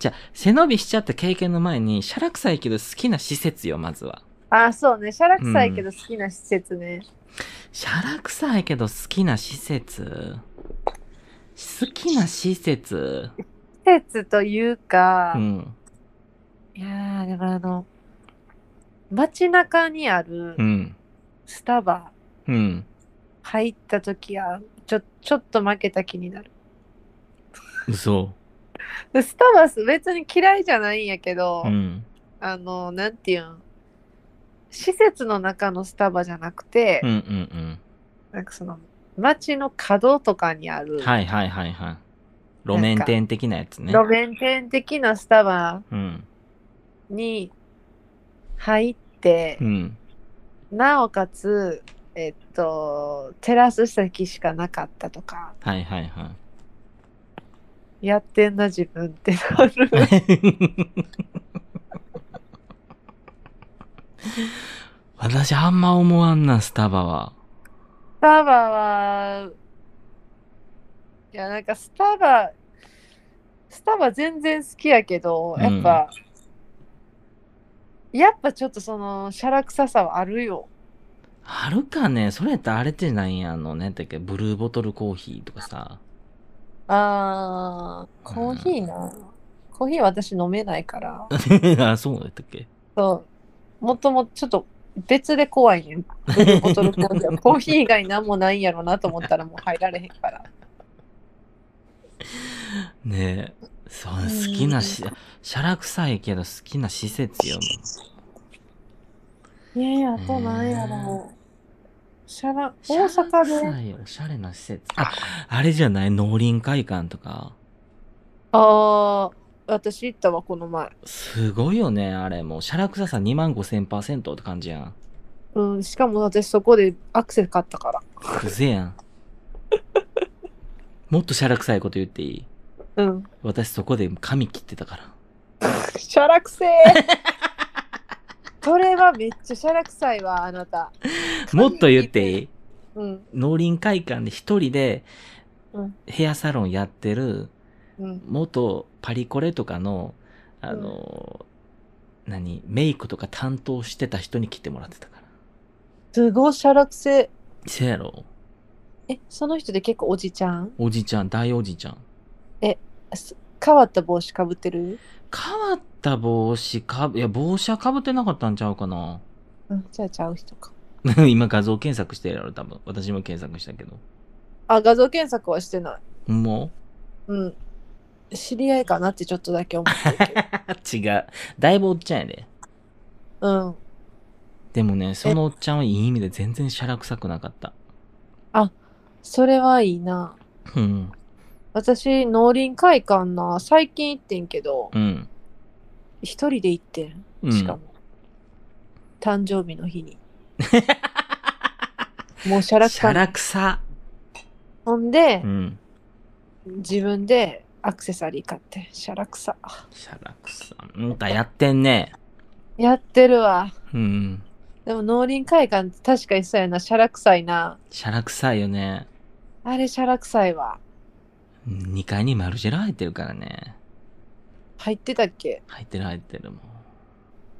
A: じゃあ、背伸びしちゃった経験の前に、シャラ臭いけど好きな施設よ、まずは。
B: あそうねしゃらくさいけど好きな施設ね、
A: シャラ臭いけど好きな施設好きな施設
B: 施設というか、
A: うん。
B: いやーだからあの街中にある
A: うん。
B: スタバ
A: うん。
B: 入った時はちょちょっと負けた気になる
A: 嘘。
B: スタバス別に嫌いじゃないんやけど、
A: うん。
B: あのなんていうん施設の中のスタバじゃなくて、
A: うんうん
B: なんかその街の角とかにあ
A: う
B: る
A: ん。はいはいはいはい。路面店的なやつね。
B: 路面店的なスタバ
A: うん。
B: に入って
A: う、ん。
B: なおかつえっとテラス席しかなかったとか
A: はいはい は
B: やってんな自分ってなる
A: い。私あんま思わんな、スタバは。
B: スタバはいやなんかスタバスタバ全然好きやけどやっぱ、やっぱちょっとそのしゃらくささはあるよ
A: あるかねそれってあれってなんやあのねだっけブルーボトルコーヒーとかさ。
B: あーコーヒーな、コーヒー私飲めないから
A: あ、そうだったっけ
B: そうもともとちょっと別で怖いねんボトルコーヒーはコーヒー以外何もないんやろなと思ったらもう入られへんから
A: ねえ。そう、好きなし、しゃらくさいけど好きな施設よ。
B: いやいやあとなんやろしゃら大阪
A: しゃらく
B: で
A: さいおしゃれな施設。あ、あれじゃない農林会館とか。
B: ああ、私行ったわ、この前。
A: すごいよね、あれ。もう、しゃらくささ2万5千パーセントって感じやん。
B: うん、しかも私そこでアクセル買ったから。
A: くぜや ん。もっとしゃらくさいこと言っていい
B: うん。
A: 私そこで髪切ってたから。
B: しゃらく せえそれはめっちゃしゃらくさいわ、あなた。
A: もっと言っていい
B: うん、
A: 農林会館で一人で
B: うん
A: ヘアサロンやってる
B: うん。
A: 元パリコレとかの、あの、何、メイクとか担当してた人に来てもらってたから。
B: すごいしゃらくせえ。
A: せやろ
B: え、その人で結構おじちゃん
A: おじちゃん、大おじちゃん。
B: す変わった帽子かぶってる
A: 変わった帽子かぶ、いや、帽子はかぶってなかったんちゃうかな。
B: うん、じゃあちゃう人か。
A: 今画像検索してやろ、多分。私も検索したけど。
B: あ、画像検索はしてない。
A: ほんま
B: うん。知り合いかなってちょっとだけ思 ってるけ
A: 違う。だいぶおっちゃんやで。
B: ど。うん。
A: でもね、そのおっちゃんはいい意味で全然シャラ臭くなかった。
B: それはいいな。
A: うん。
B: 私、農林会館な、最近行ってんけど、
A: うん。
B: 一人で行ってん。
A: うん、
B: しかも、誕生日の 日に。もうシャラく
A: シャ
B: かな
A: ラ臭。
B: ほんで
A: う、ん。
B: 自分でアクセサリー買って、シャラくさ。
A: シャラ臭。うんたやってんね。
B: やってるわ。
A: うん。
B: でも農林会館って確かにそうやな、シャラくさいな。
A: シャラ臭いよね。
B: あれ、シャラくさいわ。
A: 2階にマルジェラ入ってるからね。
B: 入ってたっけ
A: 入ってる入ってるもん。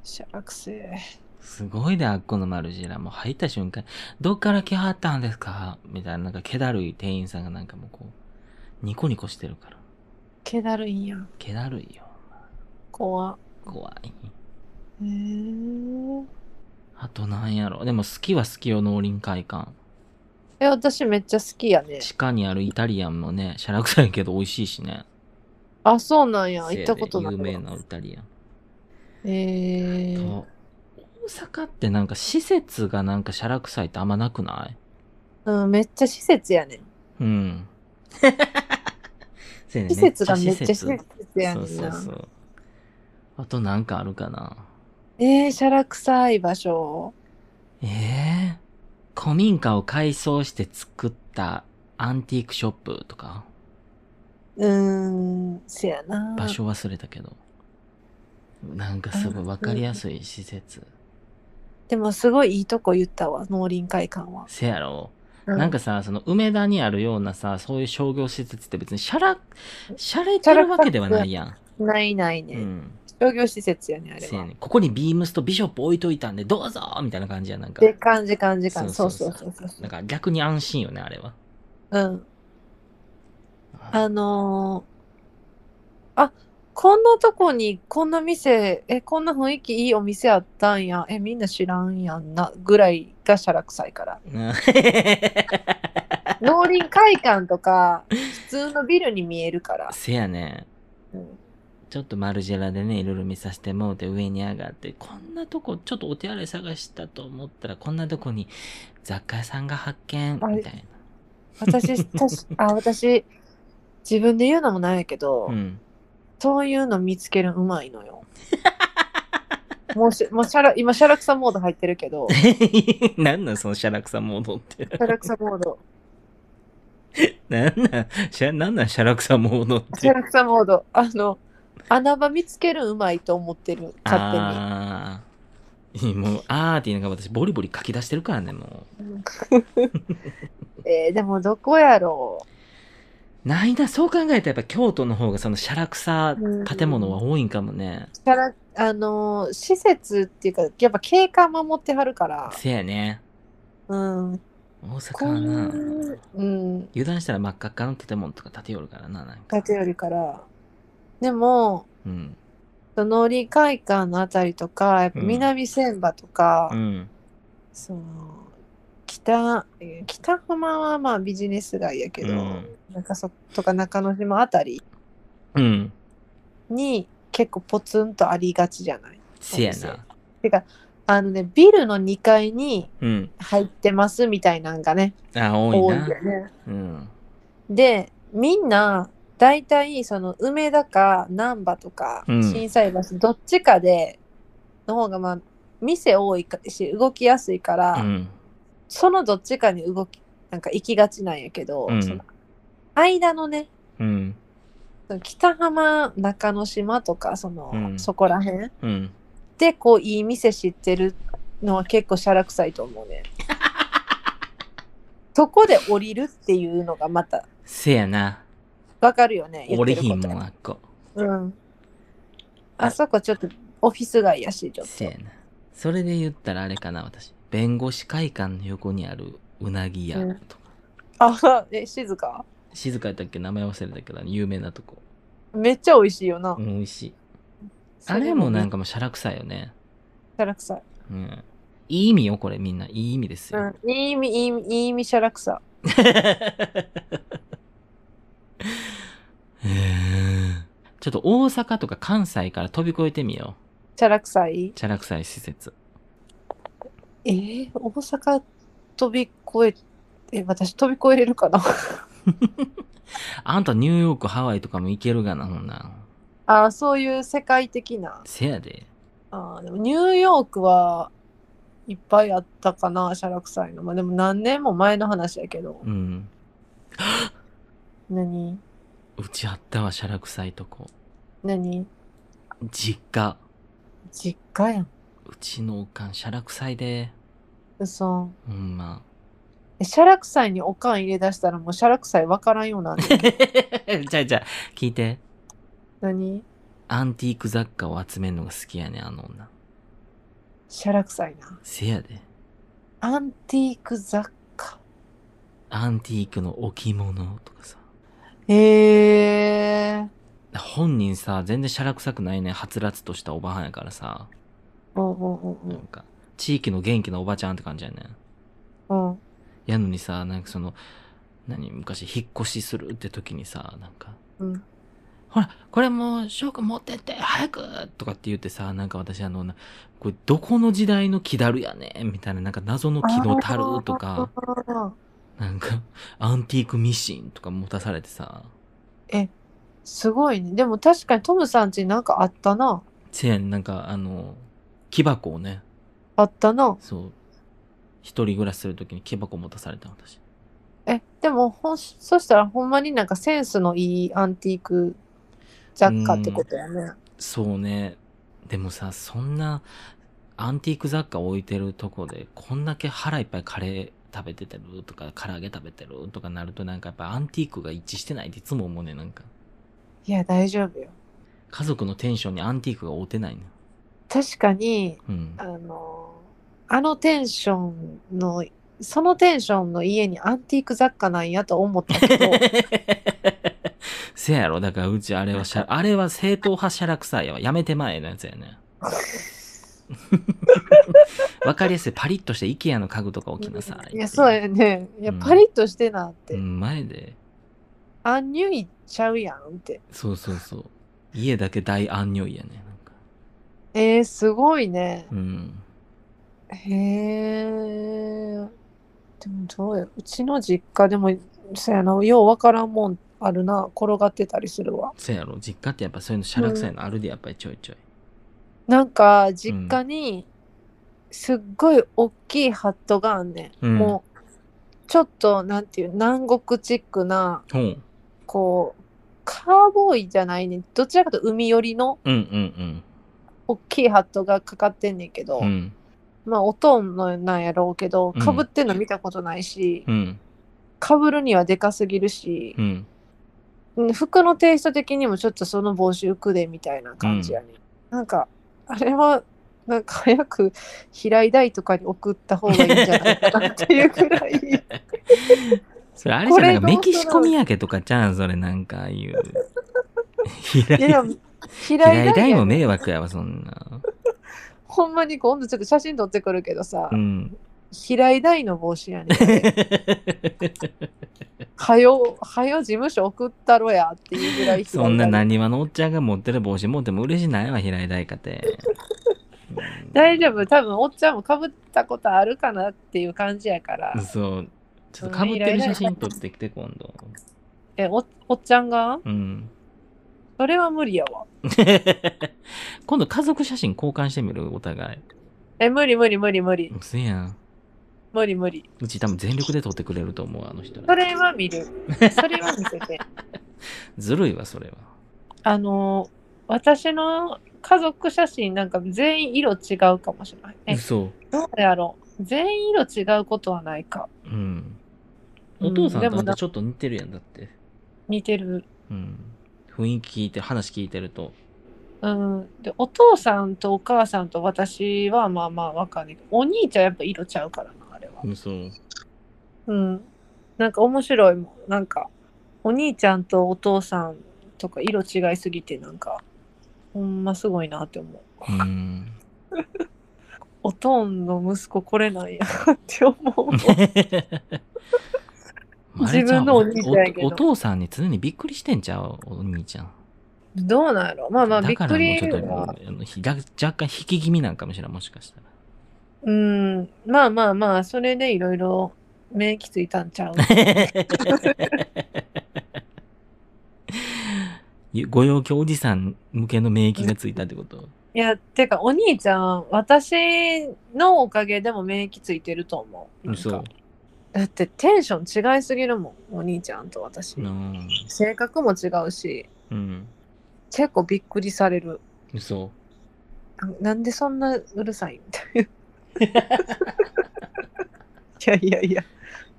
B: シャラくせえ。
A: すごいで、あっこのマルジェラ。もう入った瞬間、どっから来はったんですかみたいな、なんか、気だるい店員さんがなんかもうこう、ニコニコしてるから。
B: 気だるいんや。
A: 気だるいよ。
B: 怖
A: 怖い。
B: へえー。
A: あとなんやろ。でも、好きは好きよ、農林会館。
B: え、私めっちゃ好きやね。
A: 地下にあるイタリアンもね、シャラ臭いけど美味しいしね。
B: あ、そうなんや。
A: せい
B: 行
A: で
B: ったことない
A: 有
B: わ。
A: 名なイタリアン。
B: えー、
A: と、大阪ってなんか施設がなんかシャラ臭いってあんまなくない
B: うん、めっちゃ施設やねん。
A: うん。せやね
B: 施設がめっちゃ施設や
A: そ
B: ね
A: うんそう
B: な。
A: そう。あとなんかあるかな
B: えー、シャラ臭い場所。
A: ええ古民家を改装して作ったアンティークショップとか、
B: うーん、せやな。
A: 場所忘れたけど。なんかすごいわかりやすい施設。
B: でもすごいいいとこ言ったわ、農林会館は。
A: せやろ
B: う
A: なんか、さ、その梅田にあるようなさ、そういう商業施設って別にシャラ、シャレてるわけではないやん。
B: ないないうね。
A: ん。
B: 商業施設やね、あれ
A: せや
B: は。
A: ねここにビームスとビショップ置いといたんで、どうぞみたいな感じや、なんか。
B: で、感じ感じ感じ。
A: そ
B: そうう
A: そ
B: そうう
A: そ
B: そううそう
A: なんか逆に安心よね、あれは。
B: うん。あのー、あこんなとこにこんな店、え、こんな雰囲気いいお店あったんや。え、みんな知らんやんな。ぐらいがシャラ臭いから。
A: うん
B: 農林会館とか、普通のビルに見えるから。
A: せやね。
B: うん
A: ちょっとマルジェラでね、いろいろ見させてもうて上に上がって、こんなとこ、ちょっとお手洗い探したと思ったら、こんなとこに雑貨屋さんが発見、み
B: あれ
A: たい
B: 私、たしあ私、自分で言うのもなんやけど、
A: な。うん。
B: そういうの見つけるのうまいのよ。もうしもうシャラ今、シャラ草モード入ってる けど、シ
A: なんなんそのシャラクサモードって。
B: ャラ草モード、
A: なんなん、シャなんなんシャラクサモードっ
B: シ
A: て
B: ャ。ラ草モード、あの、穴場見つけるのうまいと思ってる、勝
A: あー。もう、あーって言いながら私、ボリボリ書き出してるからね、も
B: 手に。うんえーでもどこやろ
A: う。ないな、そう考えたらやっぱ京都の方がそのシャラクサ建物は多いんかもね。
B: う。シャラあのー施設っていうか、やっぱ景観守ってはるから、
A: せやね。
B: うん、
A: 大阪
B: こ
A: は
B: うい
A: な。
B: う、うん、
A: 油断したら真っ赤っかの建物とか建てよるからな、なんか。
B: 建てよりから。でも、
A: うん。
B: その農林会館のあたりとか、やっぱ
A: うん
B: 南千葉とか、
A: うん。
B: その北えー北浜はまあビジネス街やけど、
A: うん
B: なんかそとか中之島あたり
A: うん。
B: に結構ポツンとありがちじゃない
A: せやな。
B: あのねビルの2階に
A: うん。
B: 入ってますみたいなんがね
A: あ、多い
B: 多い
A: な。
B: よね。
A: うん。
B: でみんな大体その梅田か難波とか
A: うん
B: 心斎橋どっちかでの方がまあ店多いかし動きやすいから、
A: うん。
B: そのどっちかに動きなんか行きがちなんやけど、
A: うん
B: その間のね
A: うん。
B: その北浜中之島とかその、
A: うん
B: そこら辺
A: うん。
B: でこういい店知ってるのは結構しゃらくさいと思 うねそこで降りるっていうのがまた
A: せやな。
B: わかるよね
A: 俺
B: 言
A: ひん
B: って
A: も
B: る
A: ん
B: こ
A: あっこ。
B: とうんあそこちょっとオフィス街やしちょっ
A: せ
B: と
A: やな。それで言ったらあれかな、私。弁護士会館の横にあるうなぎ屋
B: うん
A: とか。
B: あえ静か
A: 静かやったっけ名前忘れたけど、あの有名なとこ。
B: めっちゃ美味しいよな、
A: うん、美味しい。あれもなん
B: か
A: かもうシャラ臭いよね。
B: しゃらくさい
A: うん。いい意味よ、これみんな。いい意味ですよ。
B: うん、いい意味、いい意味、いい意味しゃらくさ。
A: へーちょっと大阪とか関西から飛び越えてみよ。
B: しゃらくさいう
A: チャラ臭い施設。
B: えー、大阪飛び越え、え、私飛び越えれるかな
A: あんたニューヨーク、ハワイとかも行けるがな、ほんなん。
B: あーそういう世界的な。
A: せやで。
B: あーでもニューヨークはいっぱいあったかな、しゃらくさいの。まあでも何年も前の話やけど
A: う。ん。
B: 何
A: うちあったわ、シャラ臭いとこ。
B: 何
A: 実家。
B: 実家やん。
A: うちのおかん、シャラ臭いで。
B: 嘘。
A: ほんま。
B: えシャラ臭いにおかん入れ出したらもうシャラ臭いわからんようなんで。
A: じゃあじゃあ、聞いて。
B: 何
A: アンティーク雑貨を集めるのが好きやねん、あの女。
B: シャラ臭いな。
A: せやで。
B: アンティーク雑貨。
A: アンティークの置物とかさ。
B: へえ。
A: 本人さ、全然シャラ臭くないねん。はつらつとしたおばはんやからさ。
B: うんうんう
A: なん
B: ん
A: か、地域の元気なおばちゃんって感じやねん。
B: うん。うん。
A: やのにさ、なんかその、何、昔引っ越しするって時にさ、なんか、
B: うん、
A: ほら、これもう、翔くん持ってって、早くとかって言ってさ、なんか私あの、なこれどこの時代の木だるやねんみたいな、なんか謎の木の樽と か、
B: あー
A: なんか、アンティークミシンとか持たされてさ、
B: すごいね。でも確かにトムさんちなんかあったな。
A: せやねん、なんかあの、木箱をね、
B: あったな。
A: そう、一人暮らしするときに木箱持たされた私。
B: え、でもほん、そしたらほんまになんかセンスのいいアンティーク雑貨ってことやね。
A: そうね。でもさ、そんな、アンティーク雑貨置いてるとこで、こんだけ腹いっぱいカレー食べててるとか、唐揚げ食べてるとかなると、なんかやっぱアンティークが一致してないっていつも思うね、なんか。
B: いや、大丈夫よ。
A: 家族のテンションにアンティークが合うてないね。
B: 確かに、
A: うん
B: あ。の、あのテンションの、そのテンションの家にアンティーク雑貨なんやと思った けど、
A: せやろ、だからうちあれはしゃ、あれは正統派シャラ臭いやわ。やめてまえのやつや ね。わかりやすい。パリッとして IKEA の家具とか置きなさい。
B: いや、そうやね。いや、
A: うん
B: パリッとしてなって。
A: うん前で。
B: アンニュイちゃうやんって。
A: そうそうそう。家だけ大安寧やね。なんか。
B: えー、すごいね。
A: うん。
B: へえ。でもどうや、うちの実家でも、そやな、ようわからんもんあるな、転がってたりするわ。
A: そうやろ。実家ってやっぱそういうのしゃらくさいのあるで、やっぱりちょいちょい。
B: なんか、実家に、すっごい大きいハットがあんねん。
A: うん
B: もう、ちょっと、なんていう、南国チックな、
A: ほう。
B: こう、カーボーイじゃないねんどちらかというと海寄りの
A: うんうん
B: 大きいハットがかかってんねんけど、
A: うん。うん。
B: まあ、おとんのなんやろうけど、
A: うん
B: かぶってんの見たことないし、
A: うん。
B: かぶるにはでかすぎるし
A: う、ん。
B: うん服のテイスト的にもちょっとその帽子浮くでみたいな感じやね。なんか、あれは、なんか早く平井大とかに送った方がいいんじゃないかなっていう くらい、
A: それあれじゃない
B: これ
A: メ
B: どうす
A: キ
B: る
A: シコ土産とかじゃうん、それなんかああ いう。平
B: いや
A: 井
B: でも
A: 平
B: 平
A: 井
B: 井大
A: 大
B: や
A: も
B: ね
A: 迷惑やわ、そんな。
B: ほんまに今度ちょっと写真撮ってくるけどさ、
A: うん。
B: 平井大の帽子やねんあ れ。はよ、はよ事務所送ったろやっていうぐらい平井 大
A: そんな何わのおっちゃんが持ってる帽子持っても嬉しないわ、平井大かて。うん
B: 大丈夫多分おっちゃんもかぶったことあるかなっていう感じやから、
A: そう。ちょっとかぶってる写真撮ってきて、今度。
B: えおおっちゃんが
A: うん。
B: それは無理やわ
A: 今度家族写真交換してみるお互い。
B: え無理無理無理無理
A: うせやん。
B: 無理無理
A: うち多分全力で撮ってくれると思う、あの人ら
B: それは見るそれは見 せて
A: ずるいわ、それは。
B: あのー私の家族写真なんか全員色違うかもしれないえ
A: 嘘。
B: どうやろう全員色違うことはないか
A: うん。
B: うん
A: お父さん
B: で
A: と
B: も
A: あんたちょっと似てるやんだって。
B: 似てる
A: うん。雰囲気聞いて、話聞いてると。
B: うんでお父さんとお母さんと私はまあまあわかんないけどお兄ちゃんやっぱ色ちゃうからなあれは
A: 嘘。
B: うん。なんか面白いもん。なんか、お兄ちゃんとお父さんとか色違いすぎて、なんか、ほんますごいなって思う。
A: うん。
B: おとんの息子これなんや って思う。
A: まれちゃん
B: 自分のお兄ちゃんやけ
A: お
B: ど
A: お父さんに常にびっくりしてんちゃうお兄ちゃん。
B: どうなんやろまあまあ、び
A: だ
B: っ
A: から
B: く
A: もう
B: り
A: ちょっと
B: は。
A: あのひ若干引き気味なんかもしれん、もしかしたら。
B: うん。まあまあまあ、それでいろいろ免疫ついたんちゃう
A: ご陽気おじさん向けの免疫がついたってこと
B: いや、てか、お兄ちゃん、私のおかげでも免疫ついてると思う。なんか
A: そう。
B: だってテンション違いすぎるもん、お兄ちゃんと私。
A: うん。
B: 性格も違うし、
A: うん。
B: 結構びっくりされる。
A: そ
B: ななんでそんなうるさいみ たいな。いやいやいや、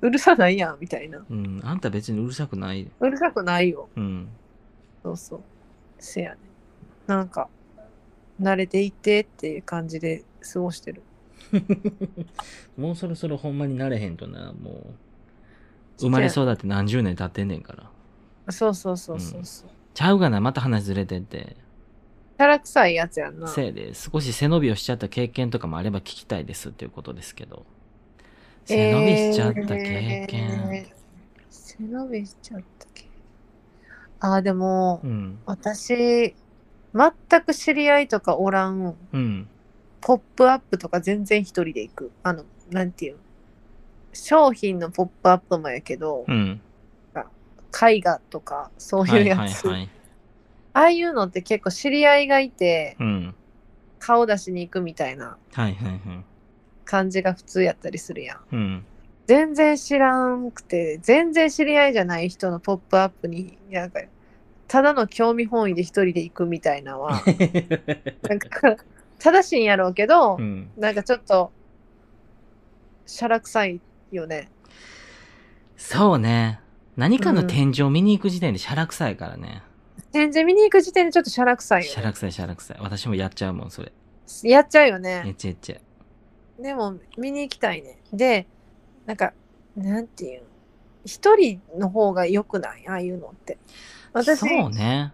B: うるさないやんみたいな。
A: う。うん。あんた別にうるさくない。
B: うるさくないよ。
A: うん。
B: そうそう。せやね。なんか、慣れていってっていう感じで過ごしてる。
A: もうそろそろほんまになれへんとな、もう。生まれ
B: う。
A: そうだって何十年経ってんねんから。
B: そうそうそうそうそう。
A: ちゃうがな、また話ずれてって。
B: キャラ臭いやつやんな。
A: せいで、少し背伸びをしちゃった経験とかもあれば聞きたいですっていうことですけど。背伸びしちゃった経験。
B: えー背伸びしちゃった経験。ああ、でも、
A: うん。
B: 私、全く知り合いとかおらん、
A: うん。
B: ポップアップとか全然一人で行く。あの、なんていうの商品のポップアップもやけど、
A: うん。
B: 絵画とかそう
A: はいいうは
B: や
A: い
B: つ。
A: はい。
B: ああいうのって結構知り合いがいて、
A: うん。
B: 顔出しに行くみたいな
A: はいはいはい。
B: 感じが普通やったりするやん。
A: うん。、
B: 全然知らんくて、全然知り合いじゃない人のポップアップに、なんか、ただの興味本位で一人で行くみたいなのはなんか、正しいんやろうけど、
A: うん。
B: なんかちょっと、しゃらくさいよね。
A: そうね。何かの天井を見に行く時点でシャラ臭いからね。
B: 展示見に行く時点でちょっとしゃらくさい
A: シャ
B: よ、
A: ラ臭いシャラ臭い。私もやっちゃうもん、それ。
B: ね。やっちゃうよ
A: え
B: ね。
A: っちえっちゃ。
B: でも、見に行きたいね。で、なんか、なんていうん一人の方が良くないああいうのって。私、
A: そうね。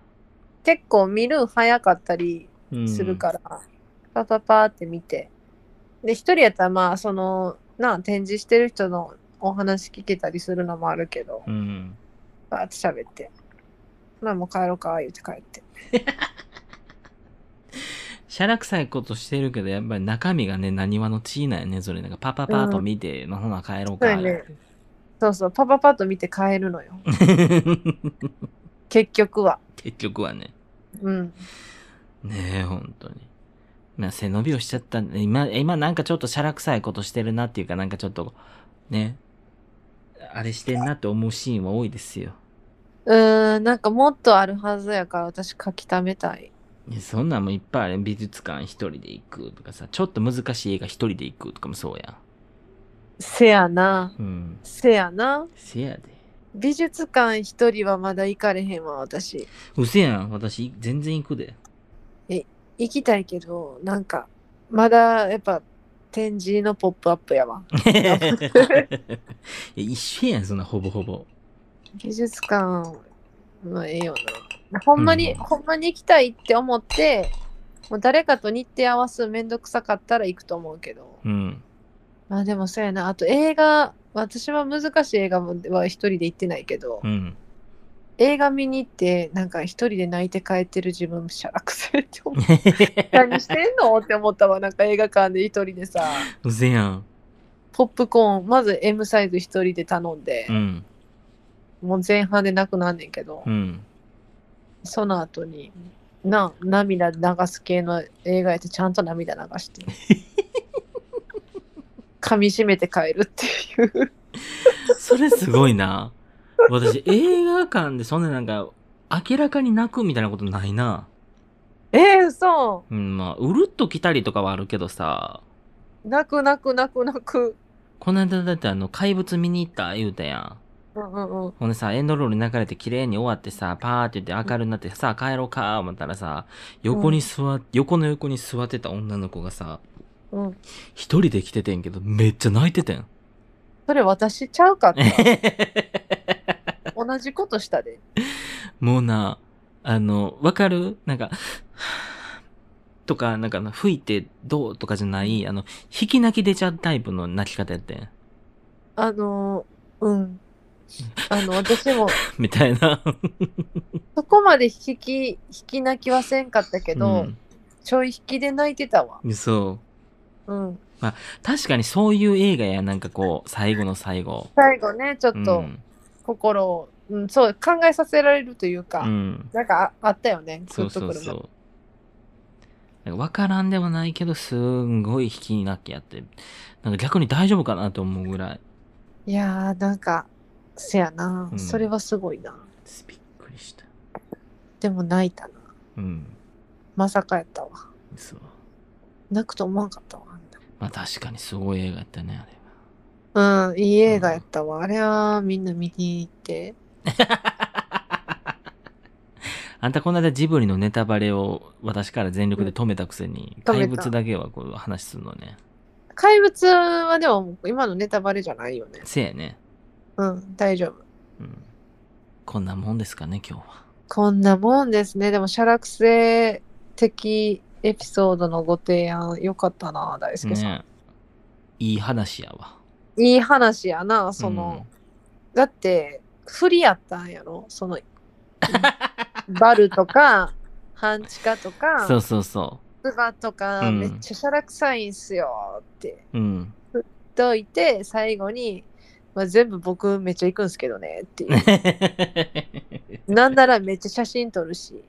B: 結構見るん早かったり
A: うん
B: するから、パパパーって見て。で、一人やったら、まあ、その、なあ、展示してる人のお話聞けたりするのもあるけど、
A: うん。
B: バーって喋って。まあ、もう帰ろうか、言うて帰って。
A: シャラ臭いことしてるけど、やっぱり中身がね、何話の地位なんやね、それ。なんかパパパーと見て、まあほな帰ろうか。
B: そうやねそうそう、パパパッと見て帰るのよ。結局は。
A: 結局はね。
B: うん。
A: ねえ、本当に。まあ、背伸びをしちゃったんで、今、今なんかちょっとシャラ臭いことしてるなっていうか、なんかちょっと、ね、あれしてんなって思うシーンは多いですよ。
B: うーん、なんかもっとあるはずやから、私書き溜めたい。
A: いやそんなんもいっぱいある美術館一人で行くとかさ、ちょっと難しい映画一人で行くとかもそうや
B: せやな。
A: ん。うん。
B: せやな。
A: せやで。
B: 美術館一人はまだ行かれへんわ、私。
A: うせやん。私、全然行くで。
B: 行きたいけど、なんか、まだやっぱ展示のポップアップやわ。
A: いや一緒やん、そんなほぼほぼ。
B: 美術館はええよな。ほんまに、
A: うん
B: ほんまに行きたいって思って、もう誰かと日程合わすめんどくさかったら行くと思うけど。
A: うん。
B: まあでもそうやな。あと映画、私は難しい映画は一人で行ってないけど、
A: うん。
B: 映画見に行って、なんか一人で泣いて帰ってる自分、しゃらくせえって思う。 何してんのって思ったわ。なんか映画館で一人でさ、
A: うせやん。
B: ポップコーン、まず M サイズ一人で頼んで
A: う、ん。
B: もう前半で泣くなんねんけど、
A: うん。
B: その後に、な、涙流す系の映画やってちゃんと涙流 して。噛み締めて帰るっていう。
A: それすごいな。私、映画館でそんななんか、明らかに泣くみたいなことないな。
B: えー、そう。
A: うん、まあ、うるっと来たりとかはあるけどさ、
B: 泣く泣く泣く泣く。
A: この間だってあの、怪物見に行った言うたやん。
B: うんうんうん。
A: ほんでさ、エンドロール流れて綺麗に終わってさ、パーって言って明るになってさ、帰ろうか思ったらさ、横に座っ、横の横に座ってた女の子がさ、
B: うん、
A: 一人で来ててんけど、めっちゃ泣いてて ん。
B: それ私ちゃうかって。同じことしたで。
A: もうな、あの、わかるなんか、とか、なんかあの、吹いてどうとかじゃない、あの、引き泣き出ちゃうタイプの泣き方やってん。
B: あの、うん。あの、私も、
A: みたいな。
B: そこまで引き、引き泣きはせんかったけど、
A: うん
B: ちょい引きで泣いてたわ。
A: そ
B: うん。
A: う。確かにそういう映画や、なんかこう、最後の最後。
B: 最後ね、ちょ
A: う
B: っ
A: ん。
B: と心を、うん、そう、考えさせられるというか、
A: うん。
B: なんかああったよね、グ
A: そう
B: ッ
A: そ
B: とく
A: う
B: るも
A: そ
B: の
A: う。なんかわからんではないけど、すんごい引き泣きやって。なんか逆に大丈夫かなと思うぐらい。
B: いやー、なんか、せやな、
A: うん
B: それはすごいな。
A: びっくりした。
B: でも泣いたな。
A: うん。
B: まさかやったわ。
A: そう。
B: 泣くと思わんかったわ。
A: まあ確かにすごい映画やったね、あれは。
B: うん、いい映画やったわ。あれはみんな見に行って。
A: あんたこの間ジブリのネタバレを私から全力で止めたくせに、
B: 止めた
A: 怪物だけはこう話するのね。
B: 怪物はでももう今のネタバレじゃないよね。
A: せやね。
B: うん、大丈夫。
A: うん。こんなもんですかね、今日は。
B: こんなもんですね。でも、写楽性的エピソードのご提案、よかったな、大輔さん。
A: ねいい話やわ。
B: いい話やな、その、だって、不利やったんやろ、その、バルとか、半地下と
A: うん、そ
B: か、
A: うそうそ
B: ツバとか、
A: うん
B: めっちゃ写楽臭いんすよって
A: う。うん。
B: 言っといて、最後に、まあ、全部僕めっちゃ行くんすけどねっ ていう。なんならめっちゃ写真撮るし、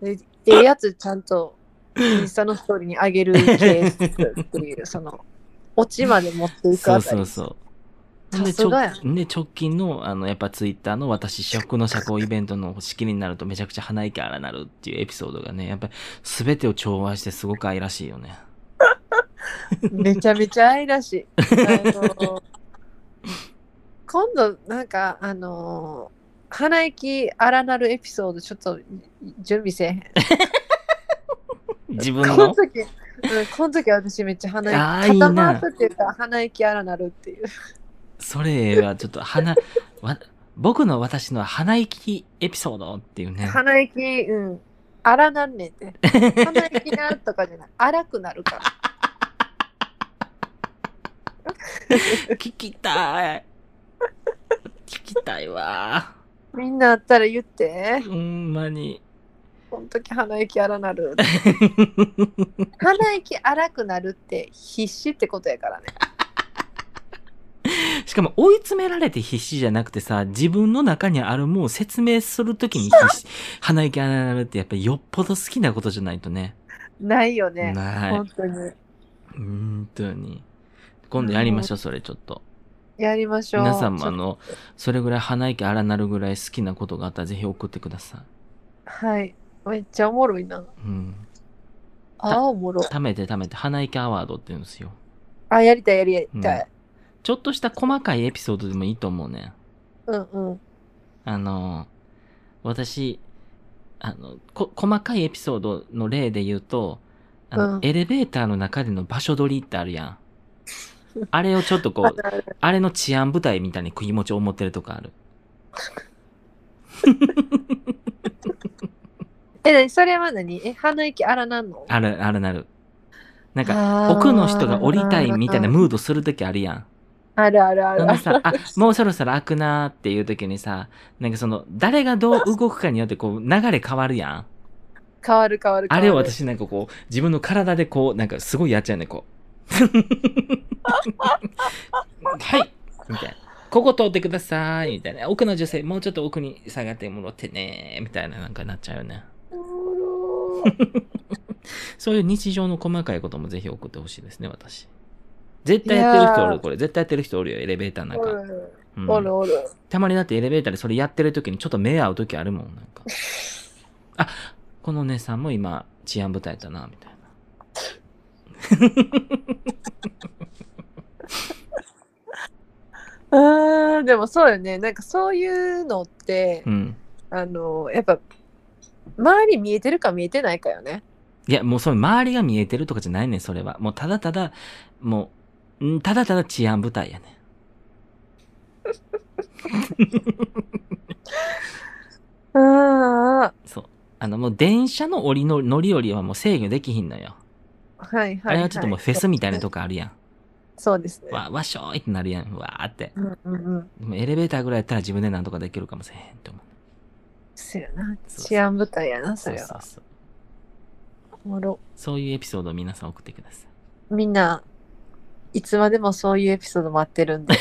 B: でええやつちゃんとインスタのストーリーに上げるケースっていう、その、オチまで持っていく
A: そ
B: あ
A: う
B: た
A: そう
B: り。
A: そう。
B: さ
A: です直
B: がや
A: で直近の、あの、やっぱツイッターの私、食の社交イベントの仕切りになるとめちゃくちゃ鼻息荒なるっていうエピソードがね、やっぱり全てを調和してすごく愛らしいよね。
B: めちゃめちゃ愛らし い。あの今度、なんか、あの鼻息荒なるエピソードちょっと準備せえへん。
A: 自分
B: こ
A: の
B: の。時、うん、この時私めっちゃ
A: あ
B: 鼻
A: ーいい
B: 息、
A: な
B: 肩回すって言ったら鼻息荒なるっていう。
A: それはちょっと鼻、 わ僕の私の鼻息エピソードっていうね。
B: 鼻息、うん、荒なんねんて。鼻息なとかじゃない、荒くなるから。
A: 聞きたい。聞きたいわ。
B: みんなあったら言って。
A: ほんまに。
B: この時鼻息荒なる。鼻息荒くなるって必死ってことやからね。
A: しかも追い詰められて必死じゃなくてさ、自分の中にあるもう説明するときに必 死、鼻息荒なるってやっぱりよっぽど好きなことじゃないとね。
B: ないよね。
A: ない
B: 本。当に。
A: 本当に。今度やりましょう、それちょっと。
B: やりましょう。
A: 皆さんもあ
B: ちょっ
A: の、それぐらい鼻息荒なるぐらい好きなことがあったらぜひ送ってください。
B: と。はい。めっちゃおもろいな。
A: うん。
B: あーおもろ。
A: 貯めて貯めて、花池アワードって言うんですよ。
B: あ、やりたいやりたい。
A: ちょっとした細かいエピソードでもいいと思うね。
B: うんうん。
A: あの、私、あの、こ、細かいエピソードの例で言うと、あの、
B: うん
A: エレベーターの中での場所取りってある やん。あれをちょっとこ
B: あ
A: う、あれの治安部隊みたいに気持ちを持ってるとかある。
B: え、なにそれは何え、鼻息荒なんの
A: ある、あるなる。なんか、
B: か
A: 奥の人が降りたいみたいなムードするときあるやん。
B: あるあるあ
A: あ
B: る
A: のさ、あ、もうそろそろ開くなーっていう時にさ、なんかその、誰がどう動くかによってこう、流れ変わるやん。
B: 変わる変わる変わる
A: あれを私なんかこう、自分の体でこう、なんかすごいやっちゃうね、こう。はいみたいな。ここ通ってくださいみたいな。奥の女性、もうちょっと奥に下がってもらってねみたいななんかなっちゃうよね。
B: おもろー
A: そういう日常の細かいこともぜひ送ってほしいですね、私。絶対やってる人お
B: いや
A: る、
B: ー
A: これ。絶対やってる人おるよ、エレベーターの
B: お
A: 中。
B: る
A: うん
B: おるおる
A: たまにだってエレベーターでそれやってる時にちょっと目合う時あるもん、なんか。 あ、このお姉さんも今治安部隊だな、みたいな。
B: あーでもそうよねなんかそういうのって、
A: うん。
B: あのやっぱ周り見えてるか見えてないかよね
A: いや、もうそれ周りが見えてるとかじゃないねん、それは。もうただただ、もう、んただただ治安部隊やねん。
B: あー
A: そう。あの、もう電車の降りの乗り降りはもう制御できひんのよ。
B: はいはい、
A: あれはちょっともうフェスみたいなとこあるやん。
B: そうですね。
A: わ、わっしょーいってなるやん。わーって。
B: うんうんうん。
A: でもエレベーターぐらいやったら自分でなんとかできるかもしれへんと思う。
B: そうやな。
A: そうそう
B: 治安部隊やな、そ
A: そう
B: れ
A: そう
B: は。
A: そう。
B: おもろ。
A: そういうエピソードを皆さん送ってください。
B: みんな、いつまでもそういうエピソード待ってるんで。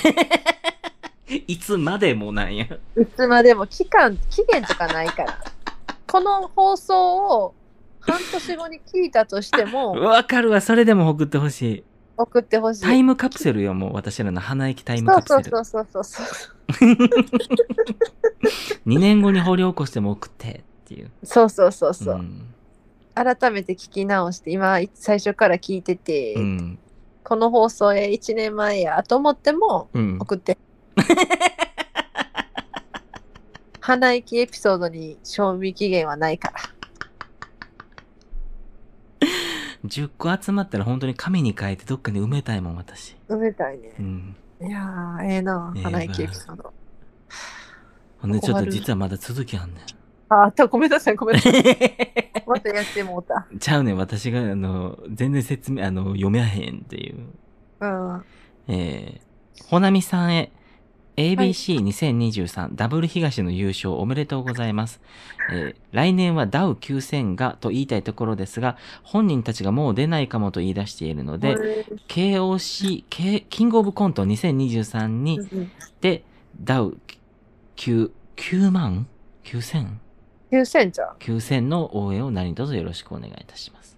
A: いつまでもなんや。
B: いつまでも期間、期限とかないから。 この放送を半年後に聞いたとして も、
A: わかるわ、それでも送ってほしい。
B: 送ってほしい。
A: タイムカプセルよ、もう私らの鼻息タイム
B: そ
A: カ
B: う
A: プセ
B: そう
A: ル。
B: そうそうそうそう。
A: 2年後に掘り起こしても送ってっていう。
B: そうそうそうそう。
A: ん。
B: 改めて聞き直して、今、最初から聞いてて、
A: うん。
B: この放送へ1年前やと思っても、
A: うん。
B: 送って。鼻息エピソードに賞味期限はないから。
A: 10個集まったら本当に紙に書いてどっかに埋めたいもん、私。
B: 埋めたいね
A: う。ん。
B: いやー、ええな
A: え、えわ
B: 鼻息エピソード。
A: ほんで、ちょっと実はまだ続きあんねん。
B: あ、たごめんなさい、ごめんなさい。またやってもうた。
A: ちゃうねん、私が、あの、全然説明、あの、読めへんっていう。
B: うん。
A: えー、ほなみさんへ。ABC2023、ダブル東の優勝おめでとうございます。えー来年はダウ9000がと言いたいところですが、本人たちがもう出ないかもと言い出しているので、
B: で、
A: KOC、K- キングオブコント2023にで、ダウ9、9万 ?9000?9000
B: 9000じゃん。
A: の応援を何卒よろしくお願いいたします。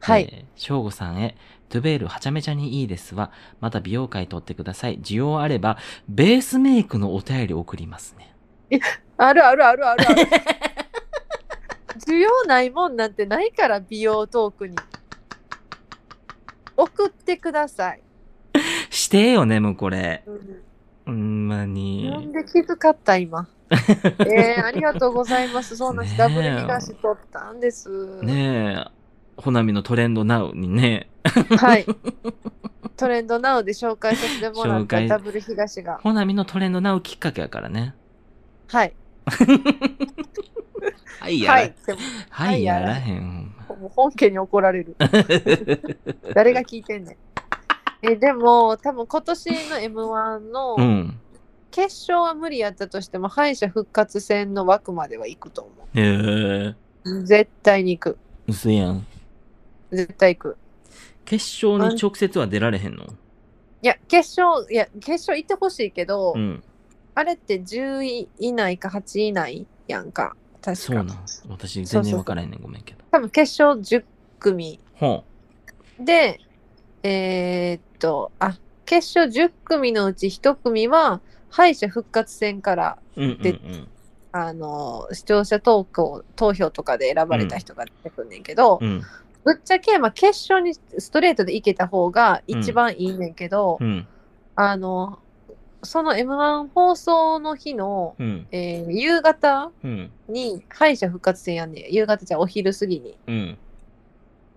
B: はい。
A: えー。翔吾さんへ、トゥベールはちゃめちゃにいいですわ。また美容会撮ってください。需要あれば、ベースメイクのお便り送りますね。
B: あるあるある あるある。需要ないもんなんてないから、美容トークに。送ってください。
A: してよね、もうこれ。
B: うん、
A: ほんま
B: なん
A: に。
B: で気づかった、 今。えー、ありがとうございます。そうなんです。
A: ねえ
B: ダブル東取ったんです。
A: ねえ、ほなみのトレンドナウにね、
B: はい。トレンドナウで紹介させてもらっ
A: 紹
B: た
A: 介
B: ダブル東が。
A: ほなみのトレンドナウきっかけやからね。
B: はい。
A: はいやら、は
B: は
A: いい、。
B: でも
A: はい、やらへん、ほんま。
B: もう本家に怒 られる。誰が聞いてんねん。えでも多分今年の m 1
A: う
B: の
A: ん。
B: 決勝は無理やったとしても敗者復活戦の枠までは行くと思
A: ええ、
B: う絶対に行く
A: 嘘やん。
B: 絶対行く
A: 決勝に直接は出られへんの
B: いや決勝いや決勝行ってほしいけど、
A: うん。
B: あれって10位以内か8位以内やんか確か
A: そうなん。私全然わからへんねん、ごめんけど。
B: 多分決勝10組
A: ほ
B: でえーっとあ決勝10組のうち1組は敗者復活戦から
A: う。うんうん、う
B: で
A: ん。
B: あの視聴者投稿投票とかで選ばれた人が出てくんねんけど、
A: うん。
B: ぶっちゃけ、まあ、決勝にストレートでいけた方が一番いいねんけど、
A: うん。
B: あのその m 1放送の日の、
A: うん。
B: えー夕方
A: うん。
B: に敗者復活戦やんねん夕方じゃお昼過ぎに
A: うん。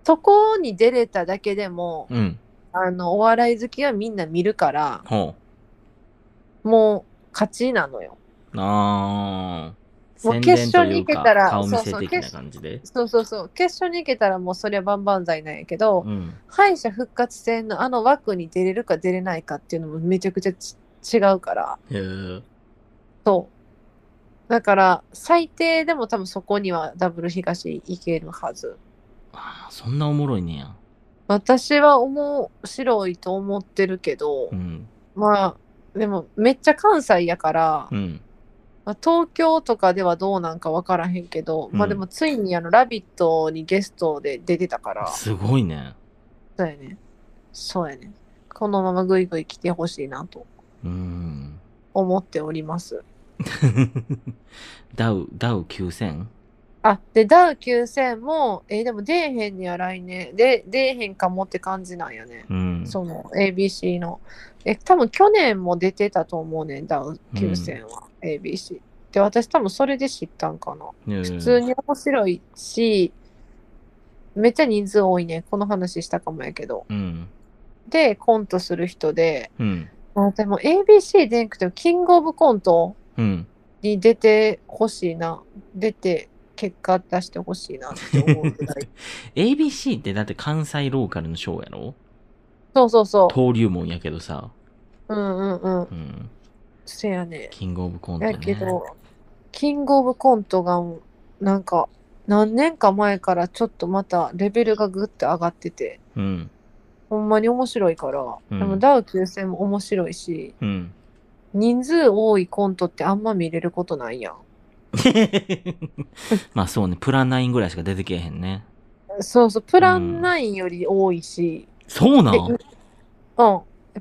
B: そこに出れただけでも
A: うん。
B: あのお笑い好きはみんな見るから
A: ほ
B: もう勝ちなのよ
A: う。あー。
B: もう決勝に行けたら
A: 宣伝というか顔
B: そうそう
A: 見せ的な感じで。
B: そうそうそう決勝に行けたらもうそれは万々歳なんやけど、
A: うん。
B: 敗者復活戦のあの枠に出れるか出れないかっていうのもめちゃくちゃち違うから
A: へえ。
B: そうだから最低でも多分そこにはダブル東いけるはず
A: あーそんなおもろいねや。
B: 私は面白いと思ってるけど、
A: うん。
B: まあでもめっちゃ関西やから、
A: うん。
B: まあ東京とかではどうなんか分からへんけど、まあ
A: うん
B: でもついにあの「ラビット!」にゲストで出てたから
A: すごいね。
B: そうやねそうやねこのままグイグイ来てほしいなと
A: うん。
B: 思っております
A: ダウ、ダウ 9000?
B: あでダウ9000もえーでも出えへんには来年で出えへんかもって感じなんやね、
A: うん。
B: その ABC のえ多分去年も出てたと思うねんダウ9000は、ABC で私多分それで知ったんか
A: 普
B: な普通に面白いしめっちゃ人数多いねこの話したかもやけど
A: うん。
B: でコントする人で
A: うん。
B: あでも ABC でんくてもキングオブコント
A: うん。
B: に出てほしいな出て結果出してほしいなって思うぐらい。
A: ABC ってだって関西ローカルのショーやろ
B: そうそうそ
A: 登竜門やけどさ。
B: う。うんうんうん。
A: うん。
B: せやね。
A: キングオブコントね。
B: やけど、キングオブコントが、なんか、何年か前からちょっとまたレベルがぐって上がってて、
A: うん。
B: ほんまに面白いから、
A: うん
B: でもダウ9戦も面白いし、
A: うん。
B: 人数多いコントってあんま見れることないやん。
A: まあそうね、プラナインぐらいしか出てけえへんね。
B: そうそう、プラン9より多いし、
A: そうな
B: で
A: ん
B: うん。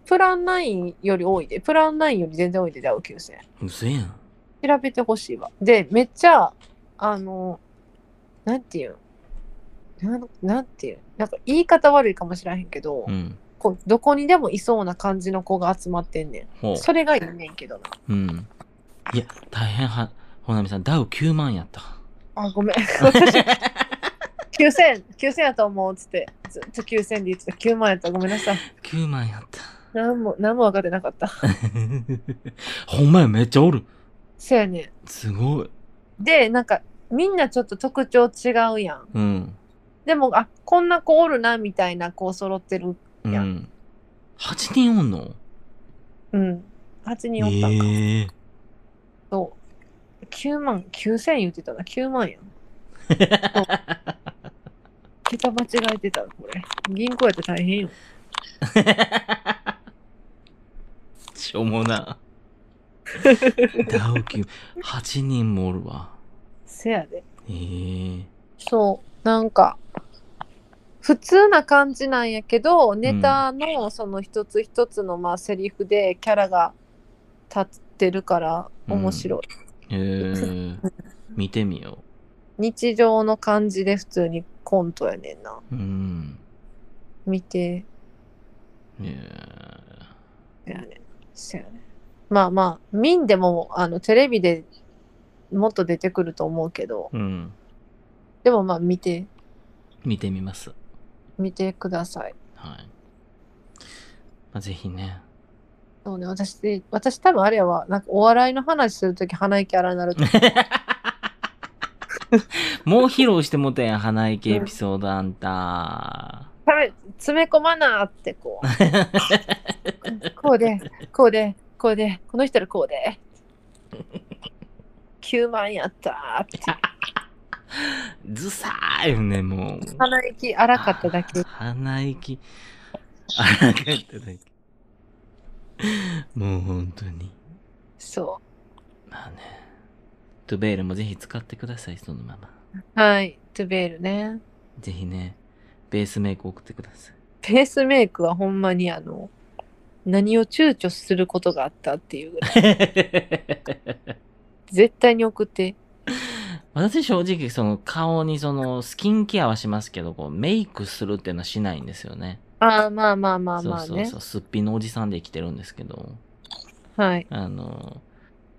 B: プラン9より多いで、プラン9より全然多いで、ダウ9戦。
A: うせやん。
B: 調べてほしいわ。で、めっちゃ、あの、なんていうんなん、なんていうん、なんか言い方悪いかもしれへんけど、
A: うん。
B: こうどこにでもいそうな感じの子が集まってんね
A: ほ
B: ん。それがいいねんけどな。
A: う。うん。いや、大変は、ほなみさん、ダウ9万やった。
B: あ、ごめん。 私、9000、9000やと思うっつって、ずっと9000で言ってた。9万やった。ごめんなさい。
A: 9万やった。
B: なんも、なんも分かってなかった。
A: ほんまや、めっちゃおる。
B: せやね
A: すごい。
B: ん。で、なんか、みんなちょっと特徴違うやん。
A: うん。
B: でも、あ、こんな子おるな、みたいな子揃ってる。
A: う
B: いや
A: ん。8人おんの
B: うん。8
A: え
B: 人おったんか。
A: え
B: そう。9万、9000言ってたな。9万やん。桁間違えてたなこれ。銀行やって大変よ。
A: しょうもな。ダウ9、8人もおるわ。
B: せやで。
A: ええ
B: そう。なんか、普通な感じなんやけど、ネタのその一つ一つのまあセリフでキャラが立ってるから面白い。
A: ええ見てみよ
B: 日常の感じで普通にコントやねんな。
A: う。うん。
B: 見て。
A: ね
B: せやね。せやね。まあまあ、ミンでもあのテレビでもっと出てくると思うけど、
A: えうん。
B: でもまあ見て、
A: 見てみます。
B: 見てください。
A: はい。まあ、ぜひね。
B: そうね、私、私多分あれやわ、なんかお笑いの話するとき鼻息荒に なると思う
A: もう披露してもてん、鼻息エピソードあんた。
B: 食べ詰め込まなーってこう。 こうで、こうで、こうで、この人らこうで。9万やったーって。
A: ずさーよね、もう。
B: 鼻息荒かっただけ。
A: 鼻息。荒かっただけ。もう本当に。
B: そ
A: まあね。トゥベールもぜひ使ってください、そのまま。
B: う。はい、トゥベールね。
A: ぜひね、ベースメイク送ってください。
B: ペースメイクはほんまにあの、何を躊躇することがあったっていうぐらい。絶対に送って。
A: 私正直その顔にそのスキンケアはしますけど、こうメイクするっていうのはしないんですよね。
B: ああ、まあまあまあまあね。
A: そうそうそう、すっぴんのおじさんで生きてるんですけど、
B: はい。
A: あの、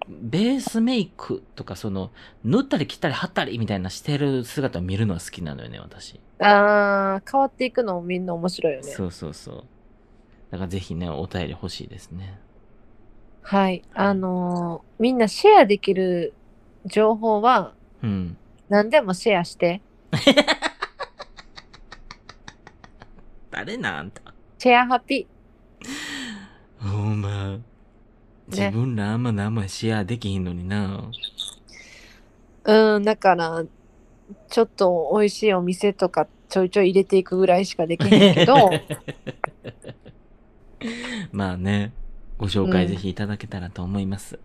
A: ベースメイクとかその塗ったり切ったり貼ったりみたいなしてる姿を見るのは好きなのよね、私。
B: ああ、変わっていくのもみんな面白いよね。
A: そうそうそう。だからぜひね、お便り欲しいですね。
B: はい。あのーみんなシェアできる情報は
A: うん。
B: 何でもシェアして。
A: 誰なんだ
B: シェアハピ。
A: ほんま。自分らあんま名前シェアできひんのにな。
B: うん、だから、ちょっと美味しいお店とかちょいちょい入れていくぐらいしかできへんけ ど、
A: まあね、ご紹介ぜひいただけたらと思います。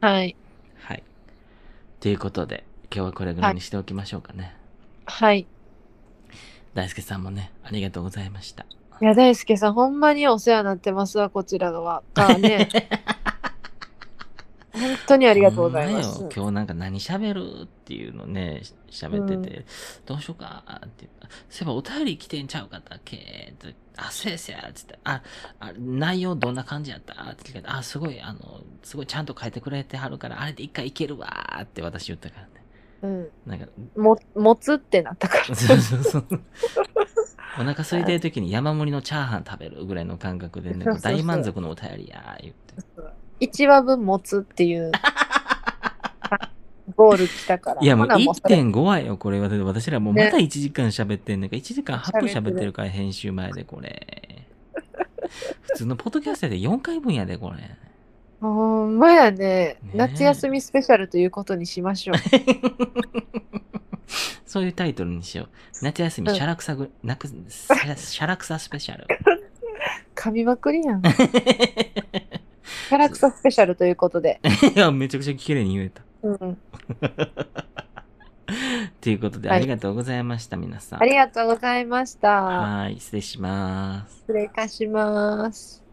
B: はい。
A: はい。ということで、今日はこれぐらいにしておきましょうかね。
B: はい。
A: 大輔さんもね、ありがとうございました。
B: いや、大輔さん、ほんまにお世話になってますわ、こちら側 がね。本当にあ
A: あ
B: りがとうございま
A: 今
B: す。
A: 日なんか何喋るっていうのね、し喋ってて、どうしようかって言った。そういえばお便り来てんちゃうかったっけってあ、せいせや、つって、あ、あ内容どんな感じやったって聞かれて、あ、すごい、あの、すごいちゃんと書いてくれてはるから、あれで一回いけるわーって私言ったからね。
B: うん、
A: なん か、
B: も持つってなった から。
A: そうそうそう。お腹空いてる時に山盛りのチャーハン食べるぐらいの感覚でね、
B: そう
A: こ
B: そう
A: う
B: そ
A: 大
B: う
A: 満足のお便りやー言って。
B: 1話分持つっていう。ゴール来たから。
A: いやもう
B: ほなそれ
A: 1.5話よ、これは。だって私らもうま
B: ね
A: た1時間喋ってんねんから、1時間8分喋ってるから、編集前でこ れ。普通のポッドキャストやで4回分やで、これ。
B: ほんまやね
A: ね
B: 夏休みスペシャルということにしま しょう。
A: そういうタイトルにしよう。夏休み、
B: うん
A: シャラクサぐ、なく、シャラシャラクサスペシ ャル。
B: 噛みまくりやん。キャラクサスペシャルというこ とで。
A: いや、めちゃくちゃ綺麗に言えた。
B: うん。
A: ということで、
B: は
A: あ
B: い
A: りがとうございました、皆さん。
B: ありがとうございました。
A: はい、失礼します。
B: 失礼いたします。